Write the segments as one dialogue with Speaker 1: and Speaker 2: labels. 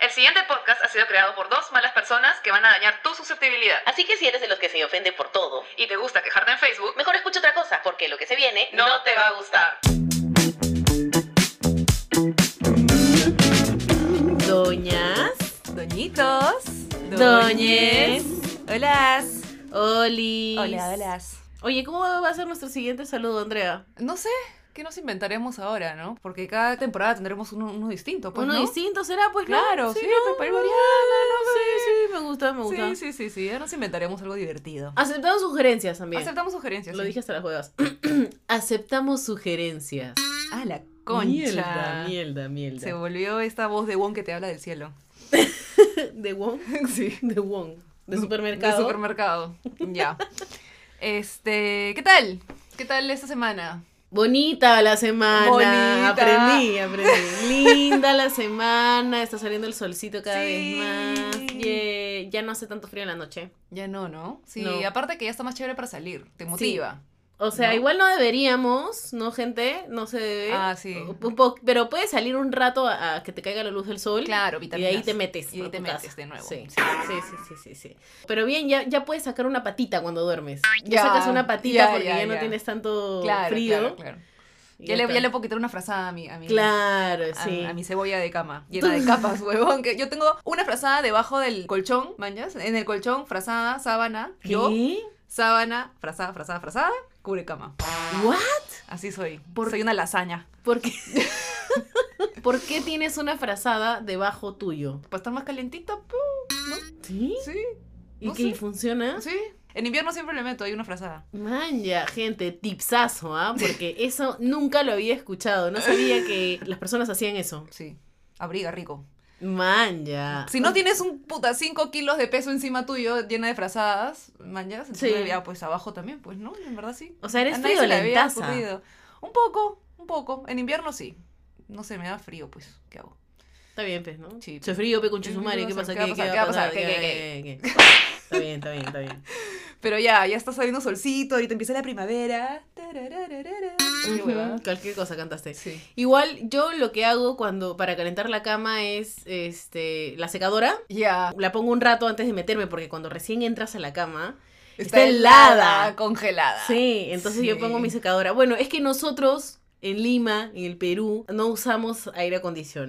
Speaker 1: El siguiente podcast ha sido creado por dos malas personas que van a dañar tu susceptibilidad.
Speaker 2: Así que si eres de los que se ofende por todo,
Speaker 1: Y te gusta quejarte en Facebook,
Speaker 2: mejor escucha otra cosa, porque lo que se viene
Speaker 1: no, te va a gustar.
Speaker 3: Doñas,
Speaker 4: Doñitos.
Speaker 3: doñes,
Speaker 4: Hola.
Speaker 3: olis.
Speaker 4: hola.
Speaker 3: Oye, ¿cómo va a ser nuestro siguiente saludo, Andrea?
Speaker 4: No sé qué nos inventaremos ahora, ¿no? Porque cada temporada tendremos uno, uno distinto, pues,
Speaker 3: ¿Uno
Speaker 4: ¿no?
Speaker 3: distinto será? Pues ¿no?
Speaker 4: Claro, sí, pues, para ir
Speaker 3: no,
Speaker 4: variando,
Speaker 3: Sí, sí, me gusta, me gusta.
Speaker 4: Sí, sí, sí, sí. Ya nos inventaremos algo divertido.
Speaker 3: Aceptamos sugerencias también.
Speaker 4: Aceptamos sugerencias.
Speaker 3: Lo
Speaker 4: sí.
Speaker 3: dije hasta las juegas. Aceptamos sugerencias.
Speaker 4: Ah, la concha.
Speaker 3: Mierda, mierda, mierda.
Speaker 4: Se volvió esta voz de Wong que te habla del cielo.
Speaker 3: De Wong.
Speaker 4: sí.
Speaker 3: De Wong. De supermercado.
Speaker 4: De supermercado. ya. Este, ¿qué tal? ¿Qué tal esta semana?
Speaker 3: Bonita la semana.
Speaker 4: Bonita.
Speaker 3: Aprendí, aprendí. Linda la semana. Está saliendo el solcito cada
Speaker 4: Sí.
Speaker 3: vez más. Yeah. Ya no hace tanto frío en la noche.
Speaker 4: Ya no, ¿no? Sí,
Speaker 3: No.
Speaker 4: aparte que ya está más chévere para salir. Te motiva.
Speaker 3: O sea,
Speaker 4: ¿No?
Speaker 3: igual no deberíamos, ¿no, gente? No se debe.
Speaker 4: Ah, sí.
Speaker 3: Un po- pero puedes salir un rato a, a que te caiga la luz del sol.
Speaker 4: Claro,
Speaker 3: Y de ahí
Speaker 4: vitaminas.
Speaker 3: te metes.
Speaker 4: Y de ahí
Speaker 3: a
Speaker 4: te
Speaker 3: tu
Speaker 4: metes
Speaker 3: casa.
Speaker 4: de nuevo.
Speaker 3: Sí, sí, sí, sí, sí, sí. Pero bien, ya, ya puedes sacar una patita cuando duermes.
Speaker 4: Ya,
Speaker 3: Ya, sacas una patita
Speaker 4: ya,
Speaker 3: porque ya,
Speaker 4: ya,
Speaker 3: no
Speaker 4: ya.
Speaker 3: tienes tanto
Speaker 4: Claro,
Speaker 3: frío.
Speaker 4: claro, claro.
Speaker 3: Y
Speaker 4: Ya le,
Speaker 3: está.
Speaker 4: ya le puedo quitar una frazada a mi, a mi,
Speaker 3: Claro,
Speaker 4: a,
Speaker 3: sí.
Speaker 4: a mi cebolla de cama, llena de capas, huevón. Que yo tengo una frazada debajo del colchón, manjas. En el colchón, frazada, sábana, yo,
Speaker 3: ¿Qué?
Speaker 4: sábana, frazada, frazada, frazada, cubre cama.
Speaker 3: ¿What?
Speaker 4: Así soy.
Speaker 3: Por-
Speaker 4: Soy una lasaña.
Speaker 3: ¿Por qué? ¿Por qué tienes una frazada debajo tuyo?
Speaker 4: Para estar más calentita, pu,
Speaker 3: ¿Sí?
Speaker 4: sí,
Speaker 3: ¿Y
Speaker 4: no
Speaker 3: qué? ¿Y
Speaker 4: sé.
Speaker 3: funciona?
Speaker 4: sí. En invierno siempre le meto ahí una frazada.
Speaker 3: Manja, gente, tipsazo, ¿ah? Porque eso nunca lo había escuchado. No sabía que las personas hacían eso.
Speaker 4: Sí. Abriga rico.
Speaker 3: Manja.
Speaker 4: Si no tienes un puta 5 kilos de peso encima tuyo llena de frazadas, manjas, entonces
Speaker 3: Sí.
Speaker 4: ya pues abajo también, pues, ¿no? En verdad sí.
Speaker 3: O sea, eres
Speaker 4: A nadie se le había
Speaker 3: friolentaza.
Speaker 4: ocurrido. Un poco, un poco. En invierno sí. No sé, me da frío, pues. ¿Qué hago?
Speaker 3: Está bien, pues, ¿no?
Speaker 4: Sí. pues.
Speaker 3: Se frío, pe, con Chusumari.
Speaker 4: ¿Qué
Speaker 3: ¿Qué
Speaker 4: va a
Speaker 3: pasa?
Speaker 4: pasar?
Speaker 3: ¿Qué, qué va a pasar? ¿Qué, qué, qué? Está bien, está bien, está bien.
Speaker 4: Pero ya, ya está saliendo solcito, ahorita empieza la primavera. Tararararara. Qué huevada.
Speaker 3: Ujú, Cualquier cosa cantaste.
Speaker 4: Sí.
Speaker 3: Igual, yo lo que hago cuando para calentar la cama es este la secadora.
Speaker 4: Ya.
Speaker 3: La pongo un rato antes de meterme, porque cuando recién entras a la cama,
Speaker 4: Está,
Speaker 3: Está helada.
Speaker 4: helada, congelada.
Speaker 3: Sí, entonces yo
Speaker 4: Sí.
Speaker 3: pongo mi secadora. Bueno, es que nosotros en Lima, en el Perú, no usamos aire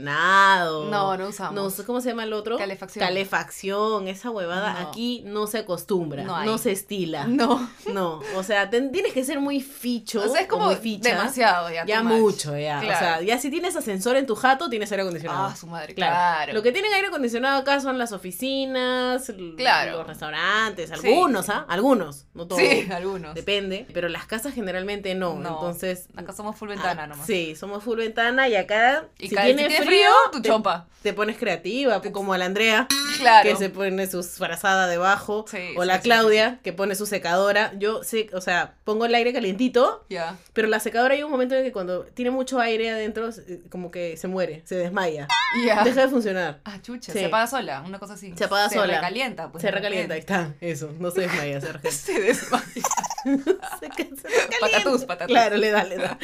Speaker 3: acondicionado.
Speaker 4: No, no usamos.
Speaker 3: No, us- ¿cómo se llama el otro?
Speaker 4: Calefacción.
Speaker 3: Calefacción, esa huevada
Speaker 4: No.
Speaker 3: aquí no se acostumbra,
Speaker 4: No
Speaker 3: no,
Speaker 4: hay.
Speaker 3: se estila. No.
Speaker 4: No.
Speaker 3: o sea, ten- tienes que ser muy ficho.
Speaker 4: O sea, es
Speaker 3: o
Speaker 4: como
Speaker 3: muy ficha.
Speaker 4: demasiado ya.
Speaker 3: Ya
Speaker 4: too much.
Speaker 3: mucho, ya. O sea,
Speaker 4: Claro.
Speaker 3: ya si tienes ascensor en tu jato, tienes aire acondicionado.
Speaker 4: Ah, su madre,
Speaker 3: Claro.
Speaker 4: claro.
Speaker 3: Lo que tienen aire acondicionado acá son las oficinas, l-
Speaker 4: Claro.
Speaker 3: los restaurantes,
Speaker 4: Sí.
Speaker 3: algunos, ¿ah? Algunos, no todos.
Speaker 4: Sí, algunos.
Speaker 3: Depende, pero las casas generalmente no,
Speaker 4: No,
Speaker 3: entonces...
Speaker 4: Acá somos full ventana
Speaker 3: ah,
Speaker 4: nomás.
Speaker 3: Sí, somos full ventana y acá,
Speaker 4: Y
Speaker 3: si
Speaker 4: cada-
Speaker 3: tiene
Speaker 4: tienes
Speaker 3: frío,
Speaker 4: tu
Speaker 3: te,
Speaker 4: chompa.
Speaker 3: te pones creativa, pues, como a la Andrea,
Speaker 4: Claro.
Speaker 3: que se pone su frazada debajo,
Speaker 4: Sí,
Speaker 3: o
Speaker 4: sí,
Speaker 3: la
Speaker 4: sí,
Speaker 3: Claudia, que pone su secadora. Yo sé, o sea, pongo el aire calientito,
Speaker 4: Ya.
Speaker 3: pero la secadora hay un momento en que cuando tiene mucho aire adentro, eh, como que se muere, se desmaya,
Speaker 4: Ya.
Speaker 3: deja de funcionar.
Speaker 4: Ah, chucha,
Speaker 3: Sí.
Speaker 4: se apaga sola, una cosa así.
Speaker 3: Se apaga sola.
Speaker 4: Se recalienta, pues.
Speaker 3: se
Speaker 4: de
Speaker 3: recalienta, ahí
Speaker 4: repente.
Speaker 3: está, eso, no se desmaya, se recalienta.
Speaker 4: Se desmaya.
Speaker 3: Se ca- se recalienta.
Speaker 4: Patatús, patatús.
Speaker 3: Claro, le da, le da.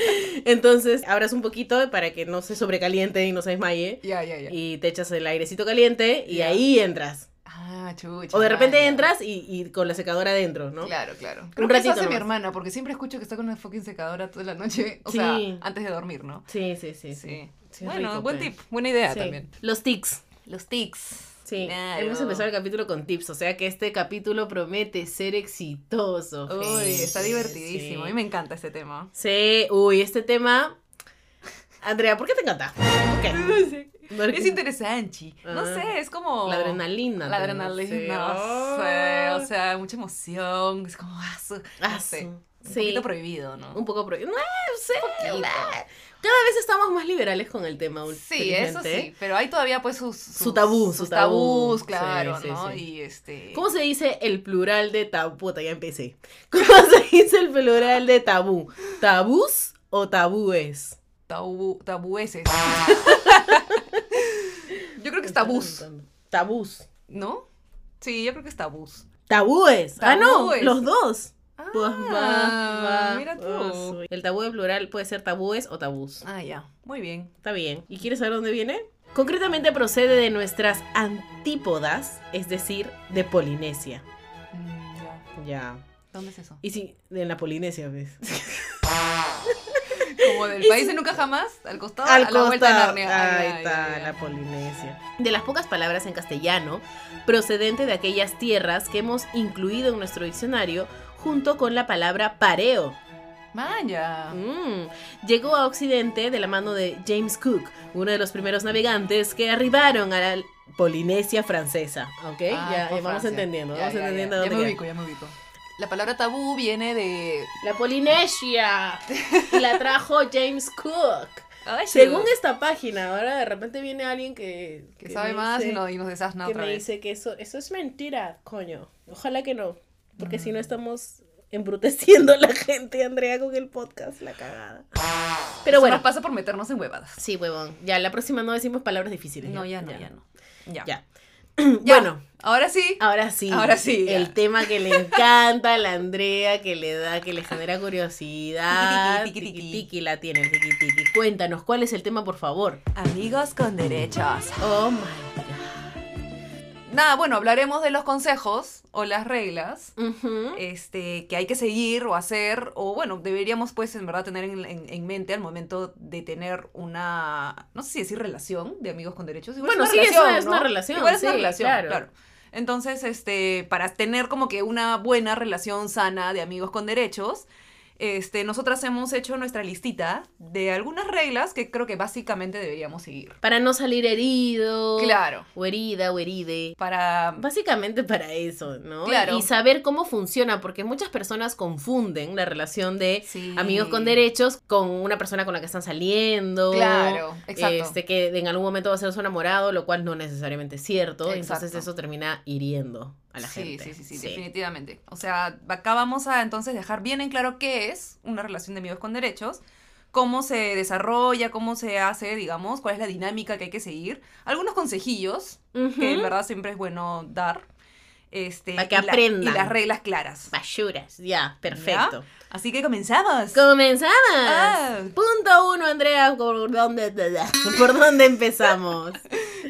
Speaker 3: Entonces, abras un poquito para que no se sobrecaliente y no se desmaye.
Speaker 4: Ya, ya, ya.
Speaker 3: Y te echas el airecito caliente y
Speaker 4: Ya.
Speaker 3: ahí entras.
Speaker 4: Ah, chucha.
Speaker 3: O de repente
Speaker 4: vaya.
Speaker 3: entras y, y con la secadora adentro, ¿no?
Speaker 4: Claro, claro.
Speaker 3: Un
Speaker 4: Creo que
Speaker 3: ratito
Speaker 4: eso hace mi
Speaker 3: nomás.
Speaker 4: hermana, porque siempre escucho que está con una fucking secadora toda la noche. O
Speaker 3: Sí.
Speaker 4: sea, antes de dormir, ¿no?
Speaker 3: Sí, sí, sí. sí.
Speaker 4: Sí.
Speaker 3: Sí, es
Speaker 4: bueno,
Speaker 3: rico,
Speaker 4: buen
Speaker 3: pues.
Speaker 4: tip, buena idea
Speaker 3: Sí.
Speaker 4: también.
Speaker 3: Los tics.
Speaker 4: Los tics.
Speaker 3: Sí.
Speaker 4: Claro.
Speaker 3: Hemos empezado el capítulo con tips, o sea que este capítulo promete ser exitoso.
Speaker 4: Uy,
Speaker 3: gente.
Speaker 4: está divertidísimo. A mí
Speaker 3: Sí.
Speaker 4: me encanta este tema.
Speaker 3: Sí, uy, este tema. Andrea, ¿por qué te encanta? ¿Por qué? ¿Por
Speaker 4: Es
Speaker 3: qué?
Speaker 4: interesante. No
Speaker 3: Ah.
Speaker 4: sé, es como.
Speaker 3: La adrenalina. oh.
Speaker 4: La
Speaker 3: también,
Speaker 4: adrenalina. oh,
Speaker 3: sí.
Speaker 4: no sé, O sea, mucha emoción. Es como. Ah, su-
Speaker 3: Ah,
Speaker 4: no sé.
Speaker 3: sí.
Speaker 4: Un
Speaker 3: Sí.
Speaker 4: poquito prohibido, ¿no?
Speaker 3: Un poco prohibido. No sé.
Speaker 4: poquito.
Speaker 3: Cada vez estamos más liberales con el tema.
Speaker 4: Sí, eso
Speaker 3: felizmente.
Speaker 4: sí, pero hay todavía pues sus, sus-
Speaker 3: tabú,
Speaker 4: sus,
Speaker 3: su tabú.
Speaker 4: tabús, claro,
Speaker 3: Sí, sí,
Speaker 4: ¿no?
Speaker 3: sí.
Speaker 4: Y este
Speaker 3: ¿Cómo se dice el plural de tabú? Puta, ya empecé. ¿Cómo se dice el plural de tabú? ¿Tabús o tabúes?
Speaker 4: tabú, tabúeses.
Speaker 3: Ah.
Speaker 4: yo creo que es tabús,
Speaker 3: Tabús.
Speaker 4: ¿no? Sí, yo creo que es tabús.
Speaker 3: Tabúes. Ah, no.
Speaker 4: Tabúes.
Speaker 3: Los dos.
Speaker 4: Ah,
Speaker 3: Pues va, va,
Speaker 4: mira tú.
Speaker 3: Oh, va. El tabú de plural puede ser tabúes o tabús.
Speaker 4: Ah, ya. Muy bien.
Speaker 3: Está bien. ¿Y quieres saber dónde viene? Concretamente procede de nuestras antípodas, es decir, de Polinesia.
Speaker 4: Mm, ya.
Speaker 3: Ya.
Speaker 4: ¿Dónde es eso?
Speaker 3: Y sí, de la Polinesia, ¿ves?
Speaker 4: Como del país de nunca jamás, al costado,
Speaker 3: Al
Speaker 4: Ah, a la vuelta de
Speaker 3: costado.
Speaker 4: Narnia.
Speaker 3: Ahí
Speaker 4: Ay, ay,
Speaker 3: está,
Speaker 4: ay, ay.
Speaker 3: la Polinesia. De las pocas palabras en castellano, procedente de aquellas tierras que hemos incluido en nuestro diccionario, junto con la palabra pareo.
Speaker 4: Maya.
Speaker 3: Mm. Llegó a Occidente de la mano de James Cook, uno de los primeros navegantes que arribaron a la Polinesia francesa.
Speaker 4: Ah,
Speaker 3: ¿Ok?
Speaker 4: por
Speaker 3: ya, ya vamos
Speaker 4: Francia.
Speaker 3: entendiendo,
Speaker 4: Ya,
Speaker 3: vamos
Speaker 4: ya,
Speaker 3: entendiendo
Speaker 4: ya.
Speaker 3: dónde
Speaker 4: Ya me
Speaker 3: queda.
Speaker 4: ubico, ya me ubico. La palabra tabú viene de.
Speaker 3: La Polinesia y la trajo James Cook.
Speaker 4: Ay,
Speaker 3: Según
Speaker 4: que,
Speaker 3: esta página, ahora de repente viene alguien que, que
Speaker 4: sabe
Speaker 3: me
Speaker 4: más y,
Speaker 3: dice-
Speaker 4: no- y nos desasna
Speaker 3: que
Speaker 4: otra
Speaker 3: me
Speaker 4: vez.
Speaker 3: dice que eso, eso es mentira, coño. Ojalá que no. Porque si
Speaker 4: Mm.
Speaker 3: no estamos embruteciendo a la gente, Andrea, con el podcast, la cagada. Pero
Speaker 4: Eso
Speaker 3: bueno.
Speaker 4: nos pasa por meternos en huevadas.
Speaker 3: Sí, huevón. Ya, la próxima no decimos palabras difíciles.
Speaker 4: No, ya no, ya, no. Ya.
Speaker 3: Ya.
Speaker 4: Ya.
Speaker 3: Bueno,
Speaker 4: Ahora sí.
Speaker 3: ahora sí.
Speaker 4: Ahora sí, ya.
Speaker 3: El tema que le encanta a la Andrea, que le da, que le genera curiosidad.
Speaker 4: Tiki, tiki, tiki,
Speaker 3: Tiki,
Speaker 4: tiki.
Speaker 3: tiki, la tiene, el tiki, tiki. Cuéntanos, ¿cuál es el tema, por favor?
Speaker 4: Amigos con derechos.
Speaker 3: Oh, my God.
Speaker 4: Nada, bueno, hablaremos de los consejos o las reglas
Speaker 3: Ujú.
Speaker 4: este, que hay que seguir o hacer, o bueno, deberíamos pues en verdad tener en, en- en mente al momento de tener una, no sé si decir relación de amigos con derechos. Igual
Speaker 3: Bueno,
Speaker 4: es
Speaker 3: sí,
Speaker 4: una
Speaker 3: es
Speaker 4: relación,
Speaker 3: una- es
Speaker 4: ¿no?
Speaker 3: una relación,
Speaker 4: Igual es una
Speaker 3: sí,
Speaker 4: relación,
Speaker 3: claro.
Speaker 4: claro. Entonces, este, para tener como que una buena relación sana de amigos con derechos, este, nosotras hemos hecho nuestra listita de algunas reglas que creo que básicamente deberíamos seguir.
Speaker 3: Para no salir herido.
Speaker 4: Claro.
Speaker 3: O herida, o heride.
Speaker 4: Para
Speaker 3: Básicamente para eso, ¿no?
Speaker 4: Claro.
Speaker 3: Y saber cómo funciona, porque muchas personas confunden la relación de
Speaker 4: Sí.
Speaker 3: amigos con derechos con una persona con la que están saliendo.
Speaker 4: Claro, exacto.
Speaker 3: Este, que en algún momento va a ser su enamorado, lo cual no necesariamente es cierto. Entonces
Speaker 4: Exacto.
Speaker 3: eso termina hiriendo a la
Speaker 4: sí, Sí,
Speaker 3: gente.
Speaker 4: sí, sí, definitivamente. O sea, acá vamos a entonces dejar bien en claro qué es una relación de amigos con derechos, cómo se desarrolla, cómo se hace, digamos, cuál es la dinámica que hay que seguir, algunos consejillos
Speaker 3: Ujú.
Speaker 4: que en verdad siempre es bueno dar. Este,
Speaker 3: Para que
Speaker 4: y la-
Speaker 3: aprendan.
Speaker 4: y las reglas claras.
Speaker 3: Basuras, ya, perfecto.
Speaker 4: Así que comenzamos.
Speaker 3: Comenzamos.
Speaker 4: Ah,
Speaker 3: Punto uno, Andrea, ¿por dónde, ¿por dónde empezamos?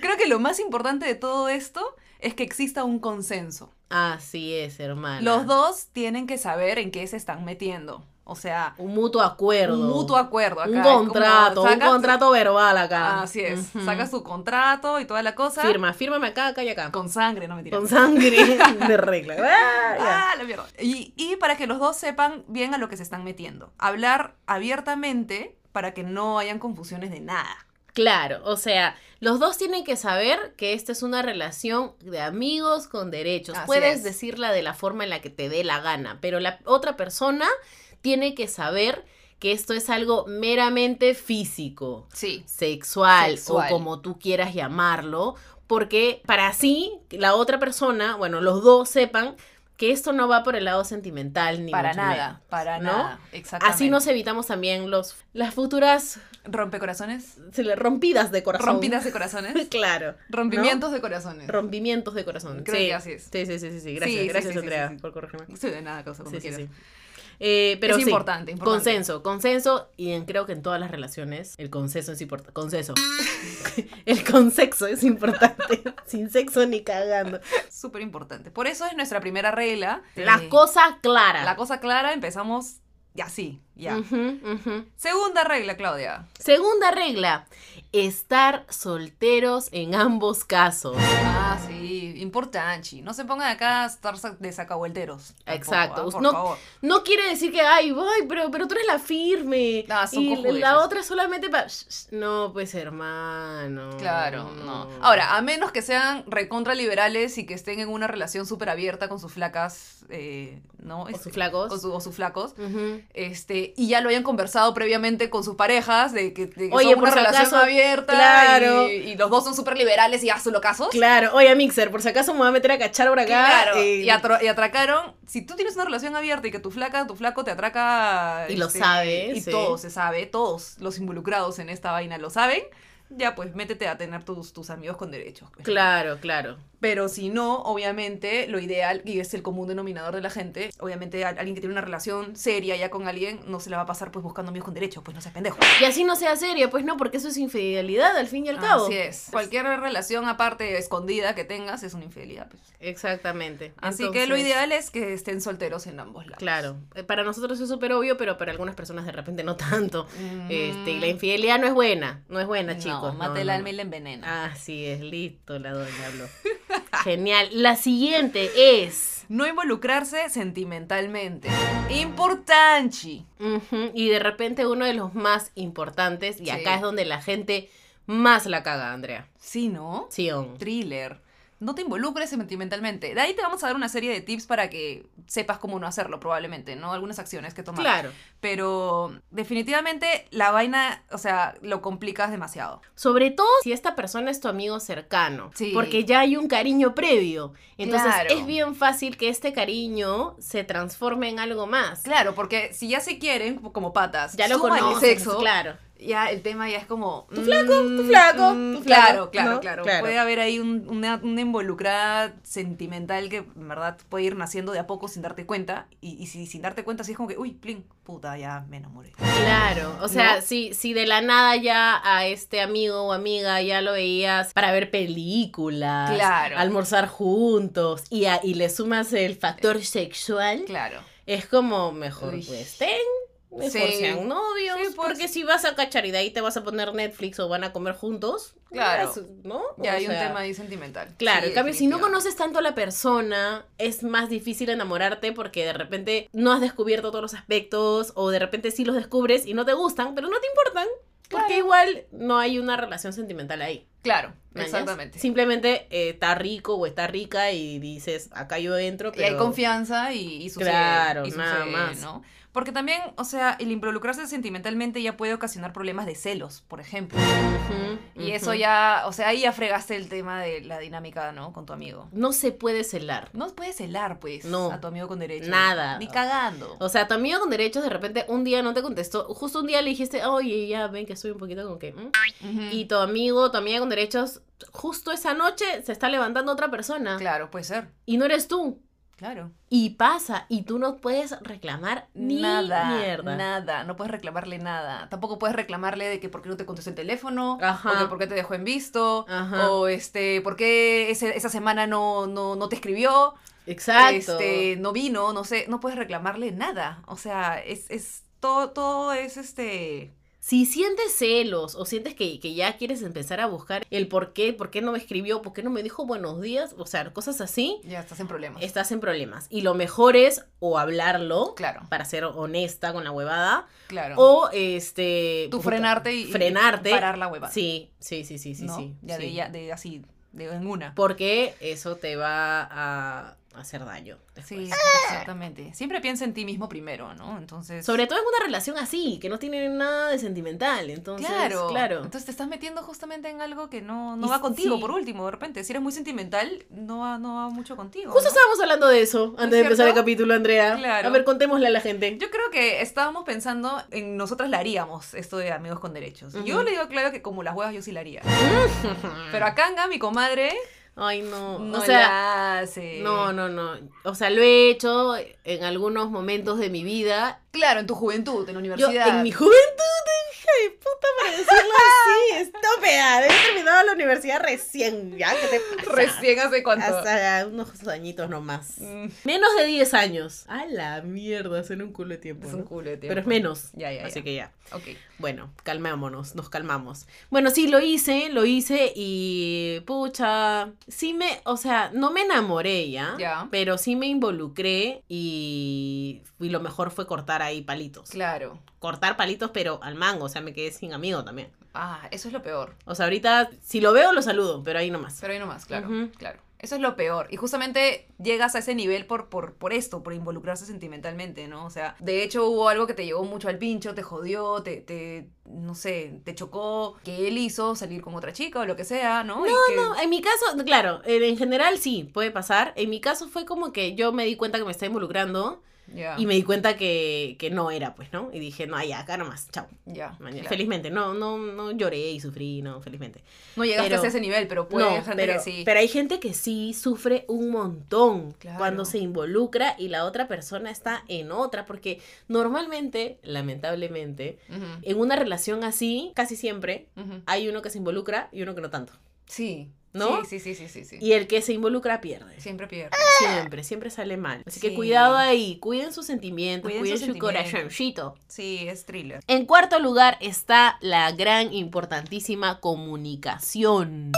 Speaker 4: creo que lo más importante de todo esto es que exista un consenso.
Speaker 3: Así es, hermano.
Speaker 4: Los dos tienen que saber en qué se están metiendo. O sea,
Speaker 3: Un mutuo acuerdo.
Speaker 4: un mutuo acuerdo acá.
Speaker 3: Un
Speaker 4: es como
Speaker 3: contrato, un
Speaker 4: sacas-
Speaker 3: contrato verbal acá.
Speaker 4: Así es.
Speaker 3: Ujú.
Speaker 4: Sacas tu contrato y toda la cosa.
Speaker 3: Firma, fírmame acá, acá y acá. Con,
Speaker 4: Con sangre, no mentira.
Speaker 3: sangre de regla. Ah, ya.
Speaker 4: Ah, la mierda. Y, y para que los dos sepan bien a lo que se están metiendo. Hablar abiertamente para que no hayan confusiones de nada.
Speaker 3: Claro, o sea, los dos tienen que saber que esta es una relación de amigos con derechos.
Speaker 4: Así
Speaker 3: Puedes
Speaker 4: es.
Speaker 3: decirla de la forma en la que te dé la gana, pero la otra persona tiene que saber que esto es algo meramente físico.
Speaker 4: Sí.
Speaker 3: sexual,
Speaker 4: Sexual.
Speaker 3: o como tú quieras llamarlo, porque para así la otra persona, bueno, los dos sepan que esto no va por el lado sentimental ni
Speaker 4: para
Speaker 3: mucho
Speaker 4: nada.
Speaker 3: menos,
Speaker 4: Para
Speaker 3: ¿no?
Speaker 4: nada. Exactamente.
Speaker 3: Así nos evitamos también los las futuras
Speaker 4: Rompecorazones.
Speaker 3: se le- rompidas de corazón.
Speaker 4: Rompidas de corazones.
Speaker 3: claro.
Speaker 4: Rompimientos de corazones.
Speaker 3: Rompimientos de corazón.
Speaker 4: Creo
Speaker 3: sí.
Speaker 4: que así es.
Speaker 3: Sí, sí, sí, sí, sí.
Speaker 4: Sí,
Speaker 3: Gracias,
Speaker 4: sí,
Speaker 3: gracias
Speaker 4: sí, sí,
Speaker 3: Andrea
Speaker 4: sí, sí.
Speaker 3: por corregirme.
Speaker 4: Sí, de nada, cosa como
Speaker 3: Sí, sí,
Speaker 4: quieras.
Speaker 3: sí. Eh, pero
Speaker 4: es
Speaker 3: sí,
Speaker 4: importante, importante.
Speaker 3: Consenso, consenso, y en- creo que en todas las relaciones el consenso es importante. Consenso. el consenso es importante. Sin sexo ni cagando.
Speaker 4: Súper importante. Por eso es nuestra primera regla.
Speaker 3: Las
Speaker 4: Eh,
Speaker 3: cosas claras.
Speaker 4: La cosa clara, empezamos y así, ya.
Speaker 3: Ujú, ujú.
Speaker 4: Segunda regla, Claudia.
Speaker 3: Segunda regla, estar solteros en ambos casos.
Speaker 4: Ah, sí, importante. No se pongan acá a estar sa- de sacavuelteros. tampoco,
Speaker 3: Exacto.
Speaker 4: ah, Por
Speaker 3: No-
Speaker 4: favor.
Speaker 3: No quiere decir que, ay, voy, pero, pero tú eres la firme.
Speaker 4: Ah, son
Speaker 3: y
Speaker 4: cojudeces.
Speaker 3: la otra solamente para... No, pues hermano.
Speaker 4: Claro, no. Ahora, a menos que sean recontra liberales y que estén en una relación súper abierta con sus flacas, eh, ¿no?
Speaker 3: O
Speaker 4: Este,
Speaker 3: sus flacos.
Speaker 4: con su- o sus flacos.
Speaker 3: Ujú.
Speaker 4: Este, y ya lo hayan conversado previamente con sus parejas de que, de que
Speaker 3: Oye,
Speaker 4: son
Speaker 3: por
Speaker 4: una
Speaker 3: si
Speaker 4: relación
Speaker 3: acaso,
Speaker 4: abierta
Speaker 3: claro.
Speaker 4: y, y los dos son súper liberales y hazlo casos.
Speaker 3: Claro, oye Mixer, por si acaso me voy a meter a cachar por acá.
Speaker 4: Claro,
Speaker 3: eh,
Speaker 4: y, atro- y atracaron. Si tú tienes una relación abierta y que tu flaca, tu flaco te atraca. este,
Speaker 3: Y lo sabe,
Speaker 4: Y
Speaker 3: sí.
Speaker 4: todo se sabe, todos los involucrados en esta vaina lo saben. ya pues métete a tener tus, tus amigos con derechos. pues.
Speaker 3: Claro, claro.
Speaker 4: Pero si no, obviamente, lo ideal, y es el común denominador de la gente, obviamente al- alguien que tiene una relación seria ya con alguien, no se la va a pasar pues buscando amigos con derechos, pues no seas pendejo.
Speaker 3: Y así no sea seria, pues no, porque eso es infidelidad al fin y al cabo. pues.
Speaker 4: Así es. Cualquier relación aparte escondida que tengas es una infidelidad, pues.
Speaker 3: Exactamente.
Speaker 4: Así que lo
Speaker 3: Entonces,
Speaker 4: ideal es que estén solteros en ambos lados.
Speaker 3: Claro, Eh, para nosotros es súper obvio, pero para algunas personas de repente no tanto.
Speaker 4: Mm.
Speaker 3: Este, y la infidelidad no es buena, no es buena,
Speaker 4: No, Ah,
Speaker 3: chicos.
Speaker 4: mata el
Speaker 3: no,
Speaker 4: alma
Speaker 3: no.
Speaker 4: y la envenena.
Speaker 3: Así Ah, es, listo, la doña habló. Genial. La siguiente es.
Speaker 4: No involucrarse sentimentalmente. Importante.
Speaker 3: Ujú, Y de repente uno de los más importantes, y
Speaker 4: Sí.
Speaker 3: acá es donde la gente más la caga, Andrea.
Speaker 4: Sí, ¿no?
Speaker 3: Sion.
Speaker 4: Thriller. No te involucres sentimentalmente. De ahí te vamos a dar una serie de tips para que sepas cómo no hacerlo, probablemente, ¿no? Algunas acciones que tomar.
Speaker 3: Claro.
Speaker 4: Pero definitivamente la vaina, o sea, lo complicas demasiado.
Speaker 3: Sobre todo si esta persona es tu amigo cercano,
Speaker 4: Sí.
Speaker 3: porque ya hay un cariño previo. Entonces
Speaker 4: Claro.
Speaker 3: es bien fácil que este cariño se transforme en algo más.
Speaker 4: Claro, porque si ya se quieren, como patas,
Speaker 3: Ya lo
Speaker 4: súmale
Speaker 3: conoces,
Speaker 4: sexo,
Speaker 3: claro.
Speaker 4: ya el tema ya es como... Tu
Speaker 3: flaco, tu flaco, tu flaco,
Speaker 4: Claro, claro,
Speaker 3: ¿no?
Speaker 4: claro,
Speaker 3: Claro.
Speaker 4: Puede haber ahí un- una, una involucrada sentimental que en verdad puede ir naciendo de a poco sin darte cuenta. Y, y si sin darte cuenta, sí es como que, uy, plin, puta, ya me enamoré.
Speaker 3: Claro, o sea,
Speaker 4: ¿No?
Speaker 3: si, si de la nada ya a este amigo o amiga ya lo veías para ver películas,
Speaker 4: Claro.
Speaker 3: almorzar juntos y, a- y le sumas el factor sexual,
Speaker 4: Claro.
Speaker 3: es como mejor
Speaker 4: Eh, Uy.
Speaker 3: pues ten, mejor
Speaker 4: Sí.
Speaker 3: sean novios,
Speaker 4: Sí, pues.
Speaker 3: porque si vas a cacharidad y te vas a poner Netflix o van a comer juntos,
Speaker 4: Claro.
Speaker 3: ya es- ¿no?
Speaker 4: Ya
Speaker 3: O
Speaker 4: hay un
Speaker 3: sea,
Speaker 4: tema ahí sentimental.
Speaker 3: Claro,
Speaker 4: Sí,
Speaker 3: en cambio, si no
Speaker 4: definitivo.
Speaker 3: conoces tanto a la persona, es más difícil enamorarte porque de repente no has descubierto todos los aspectos o de repente sí los descubres y no te gustan, pero no te importan porque
Speaker 4: Claro.
Speaker 3: igual no hay una relación sentimental ahí.
Speaker 4: Claro,
Speaker 3: ¿mañas?
Speaker 4: exactamente.
Speaker 3: Simplemente eh, está rico o está rica y dices, acá yo entro, pero...
Speaker 4: Y hay confianza y, y sucede.
Speaker 3: Claro,
Speaker 4: y
Speaker 3: nada
Speaker 4: sucede,
Speaker 3: más.
Speaker 4: ¿no? Porque también, o sea, el involucrarse sentimentalmente ya puede ocasionar problemas de celos, por ejemplo.
Speaker 3: Ujú,
Speaker 4: Y
Speaker 3: ujú.
Speaker 4: eso ya, o sea, ahí ya fregaste el tema de la dinámica, ¿no? Con tu amigo.
Speaker 3: No se puede celar.
Speaker 4: No puedes celar, pues,
Speaker 3: No.
Speaker 4: a tu amigo con derecho.
Speaker 3: Nada.
Speaker 4: Ni cagando.
Speaker 3: O sea, tu amigo con derechos de repente un día no te contestó, justo un día le dijiste, oye, ya ven que estoy un poquito como que... mm".
Speaker 4: Ujú.
Speaker 3: y tu amigo, tu amiga con derechos, justo esa noche se está levantando otra persona
Speaker 4: Claro, puede ser.
Speaker 3: y no eres tú.
Speaker 4: Claro.
Speaker 3: Y pasa, y tú no puedes reclamar ni
Speaker 4: nada.
Speaker 3: mierda.
Speaker 4: Nada. No puedes reclamarle nada. Tampoco puedes reclamarle de que por qué no te contestó el teléfono.
Speaker 3: Ajá.
Speaker 4: O que por qué te dejó en visto.
Speaker 3: Ajá.
Speaker 4: O este, por qué ese- esa semana no, no, no te escribió.
Speaker 3: Exacto.
Speaker 4: Este, no vino, no sé. No puedes reclamarle nada. O sea, es, es todo, todo es este.
Speaker 3: Si sientes celos o sientes que, que ya quieres empezar a buscar el por qué, por qué no me escribió, por qué no me dijo buenos días, o sea, cosas así,
Speaker 4: Ya estás en problemas.
Speaker 3: estás en problemas. Y lo mejor es o hablarlo,
Speaker 4: Claro,
Speaker 3: para ser honesta con la huevada,
Speaker 4: claro.
Speaker 3: o este...
Speaker 4: tú
Speaker 3: puta,
Speaker 4: frenarte y, y
Speaker 3: frenarte.
Speaker 4: parar la hueva.
Speaker 3: Sí, sí, sí, sí, sí,
Speaker 4: ¿no?
Speaker 3: sí.
Speaker 4: Ya de
Speaker 3: sí.
Speaker 4: ya- de así, de en una.
Speaker 3: Porque eso te va a hacer daño. después.
Speaker 4: Sí, exactamente. Siempre piensa en ti mismo primero, ¿no? Entonces.
Speaker 3: Sobre todo en una relación así, que no tiene nada de sentimental. Entonces, claro.
Speaker 4: Claro, Entonces te estás metiendo justamente en algo que no, no
Speaker 3: Y
Speaker 4: va contigo,
Speaker 3: sí.
Speaker 4: por último, de repente. Si eres muy sentimental, no va, no va mucho contigo.
Speaker 3: Justo
Speaker 4: ¿no?
Speaker 3: estábamos hablando de eso antes de empezar el
Speaker 4: cierto?
Speaker 3: capítulo, Andrea.
Speaker 4: Claro.
Speaker 3: A ver, contémosle a la gente.
Speaker 4: Yo creo que estábamos pensando en nosotras la haríamos, esto de amigos con derechos.
Speaker 3: Ujú.
Speaker 4: Yo le digo a Claudia que como las huevas yo sí la haría. Pero a Kanga, mi comadre,
Speaker 3: Ay, no.
Speaker 4: no
Speaker 3: o sea,
Speaker 4: la hace.
Speaker 3: no, no, no. O sea, lo he hecho en algunos momentos de mi vida.
Speaker 4: Claro, en tu juventud, en la
Speaker 3: Yo,
Speaker 4: universidad.
Speaker 3: en mi juventud, hija de puta, para decirlo así, estúpida. He terminado la universidad recién, ya. ¿Qué te pasa?
Speaker 4: Recién hace cuánto.
Speaker 3: Hasta unos añitos nomás.
Speaker 4: Mm,
Speaker 3: Menos de 10 años. A la mierda, suena un culo de tiempo.
Speaker 4: Es un
Speaker 3: ¿no?
Speaker 4: culo de tiempo.
Speaker 3: Pero es menos.
Speaker 4: Ya, ya,
Speaker 3: Así
Speaker 4: ya.
Speaker 3: que ya.
Speaker 4: Ok.
Speaker 3: Bueno, calmémonos, nos calmamos. Bueno, sí, lo hice, lo hice y. Pucha. Sí me. O sea, no me enamoré ya.
Speaker 4: Ya.
Speaker 3: Pero sí me involucré y. Y lo mejor fue cortar ahí palitos.
Speaker 4: Claro.
Speaker 3: Cortar palitos, pero al mango. O sea, me quedé sin amigo también.
Speaker 4: Ah, eso es lo peor.
Speaker 3: O sea, ahorita, si lo veo, lo saludo, pero ahí nomás.
Speaker 4: Pero ahí nomás, claro.
Speaker 3: Ujú.
Speaker 4: Claro. Eso es lo peor. Y justamente llegas a ese nivel por, por, por esto, por involucrarse sentimentalmente, ¿no? O sea, de hecho hubo algo que te llegó mucho al pincho, te jodió, te, te no sé, te chocó, que él hizo salir con otra chica o lo que sea, ¿no? No,
Speaker 3: No, en mi caso, claro, en en general sí, puede pasar. En mi caso fue como que yo me di cuenta que me estaba involucrando
Speaker 4: Ya.
Speaker 3: Y me di cuenta que, que no era, pues, ¿no? Y dije, no, ay, acá nomás, chao.
Speaker 4: Ya,
Speaker 3: Mañana.
Speaker 4: claro.
Speaker 3: Felizmente, no, no, no lloré y sufrí, no, felizmente.
Speaker 4: No llegaste
Speaker 3: pero-
Speaker 4: a ese nivel, pero puede
Speaker 3: No,
Speaker 4: Pues, gente
Speaker 3: pero,
Speaker 4: que sí.
Speaker 3: pero hay gente que sí sufre un montón
Speaker 4: Claro.
Speaker 3: cuando se involucra y la otra persona está en otra, porque normalmente, lamentablemente,
Speaker 4: Ujú,
Speaker 3: en una relación así, casi siempre,
Speaker 4: ujú.
Speaker 3: hay uno que se involucra y uno que no tanto.
Speaker 4: Sí.
Speaker 3: ¿No?
Speaker 4: Sí, sí, sí, sí, sí. sí.
Speaker 3: Y el que se involucra pierde.
Speaker 4: Siempre pierde.
Speaker 3: Siempre, siempre sale mal. Así que
Speaker 4: Sí.
Speaker 3: cuidado ahí, cuiden sus sentimientos,
Speaker 4: Cuiden
Speaker 3: cuiden,
Speaker 4: sus
Speaker 3: su
Speaker 4: sentimientos.
Speaker 3: corazoncito.
Speaker 4: Sí, es thriller.
Speaker 3: En cuarto lugar está la gran, importantísima comunicación.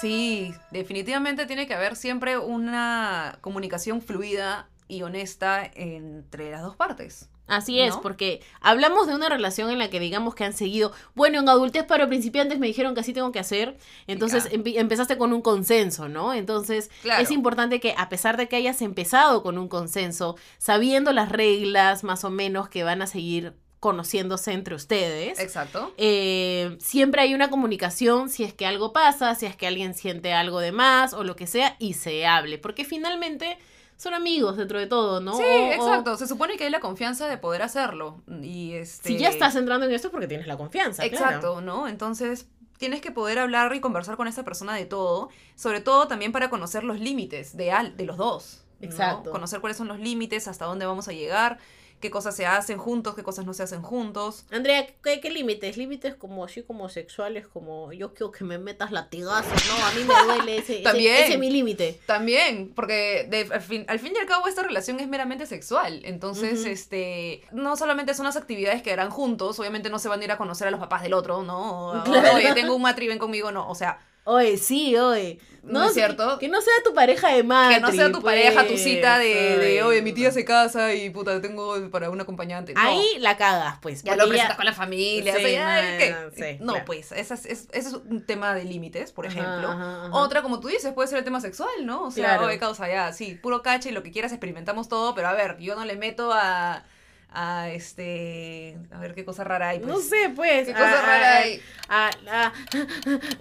Speaker 4: Sí, definitivamente tiene que haber siempre una comunicación fluida y honesta entre las dos partes.
Speaker 3: Así es,
Speaker 4: ¿No?
Speaker 3: porque hablamos de una relación en la que digamos que han seguido, bueno, en adultez para principiantes me dijeron que así tengo que hacer, entonces
Speaker 4: Ya.
Speaker 3: empe- empezaste con un consenso, ¿no? Entonces
Speaker 4: Ah. Claro.
Speaker 3: es importante que a pesar de que hayas empezado con un consenso, sabiendo las reglas más o menos que van a seguir conociéndose entre ustedes,
Speaker 4: Exacto.
Speaker 3: eh, siempre hay una comunicación si es que algo pasa, si es que alguien siente algo de más o lo que sea y se hable, porque finalmente son amigos dentro de todo, ¿no?
Speaker 4: Sí,
Speaker 3: O- o-
Speaker 4: exacto. Se supone que hay la confianza de poder hacerlo. Y este...
Speaker 3: Si ya estás entrando en esto es porque tienes la confianza. claro.
Speaker 4: Exacto, ¿no? Entonces tienes que poder hablar y conversar con esa persona de todo, sobre todo también para conocer los límites de, al- de los dos. ¿no?
Speaker 3: Exacto.
Speaker 4: Conocer cuáles son los límites, hasta dónde vamos a llegar, qué cosas se hacen juntos, qué cosas no se hacen juntos.
Speaker 3: Andrea, ¿qué, qué límites? Límites como así, como sexuales, como yo quiero que me metas latigazos, ¿no? A mí me duele ese, ese-
Speaker 4: También.
Speaker 3: ese es mi límite.
Speaker 4: También, porque de- al, fin, al fin y al cabo esta relación es meramente sexual. Entonces,
Speaker 3: Ujú.
Speaker 4: este, no solamente son las actividades que harán juntos, obviamente no se van a ir a conocer a los papás del otro, ¿no? O,
Speaker 3: Claro.
Speaker 4: Oye, tengo un matri, ven conmigo, no. O sea,
Speaker 3: Oye, sí, oye.
Speaker 4: no, es cierto.
Speaker 3: Que, no sea tu pareja de madre.
Speaker 4: Que no sea tu pareja, tu cita de, de,
Speaker 3: pues, Ay,
Speaker 4: oye, mi tía
Speaker 3: puta.
Speaker 4: se casa y puta, tengo para un acompañante. No.
Speaker 3: Ahí la cagas, pues.
Speaker 4: ya
Speaker 3: porque
Speaker 4: lo presentas con la familia.
Speaker 3: Sí,
Speaker 4: o sea, ya,
Speaker 3: no,
Speaker 4: ¿qué?
Speaker 3: no, sí,
Speaker 4: no,
Speaker 3: claro.
Speaker 4: pues, ese es, es- ese es un tema de límites, por
Speaker 3: Ajá,
Speaker 4: ejemplo.
Speaker 3: ajá, ajá.
Speaker 4: Otra, como tú dices, puede ser el tema sexual, ¿no? O sea,
Speaker 3: Claro.
Speaker 4: oye, causa, ya, sí, puro cache y lo que quieras, experimentamos todo, pero a ver, yo no le meto a, a este, a ver qué cosa rara hay, pues. ah,
Speaker 3: No sé, pues.
Speaker 4: ¿Qué
Speaker 3: a-
Speaker 4: cosa
Speaker 3: a-
Speaker 4: rara hay?
Speaker 3: A, a-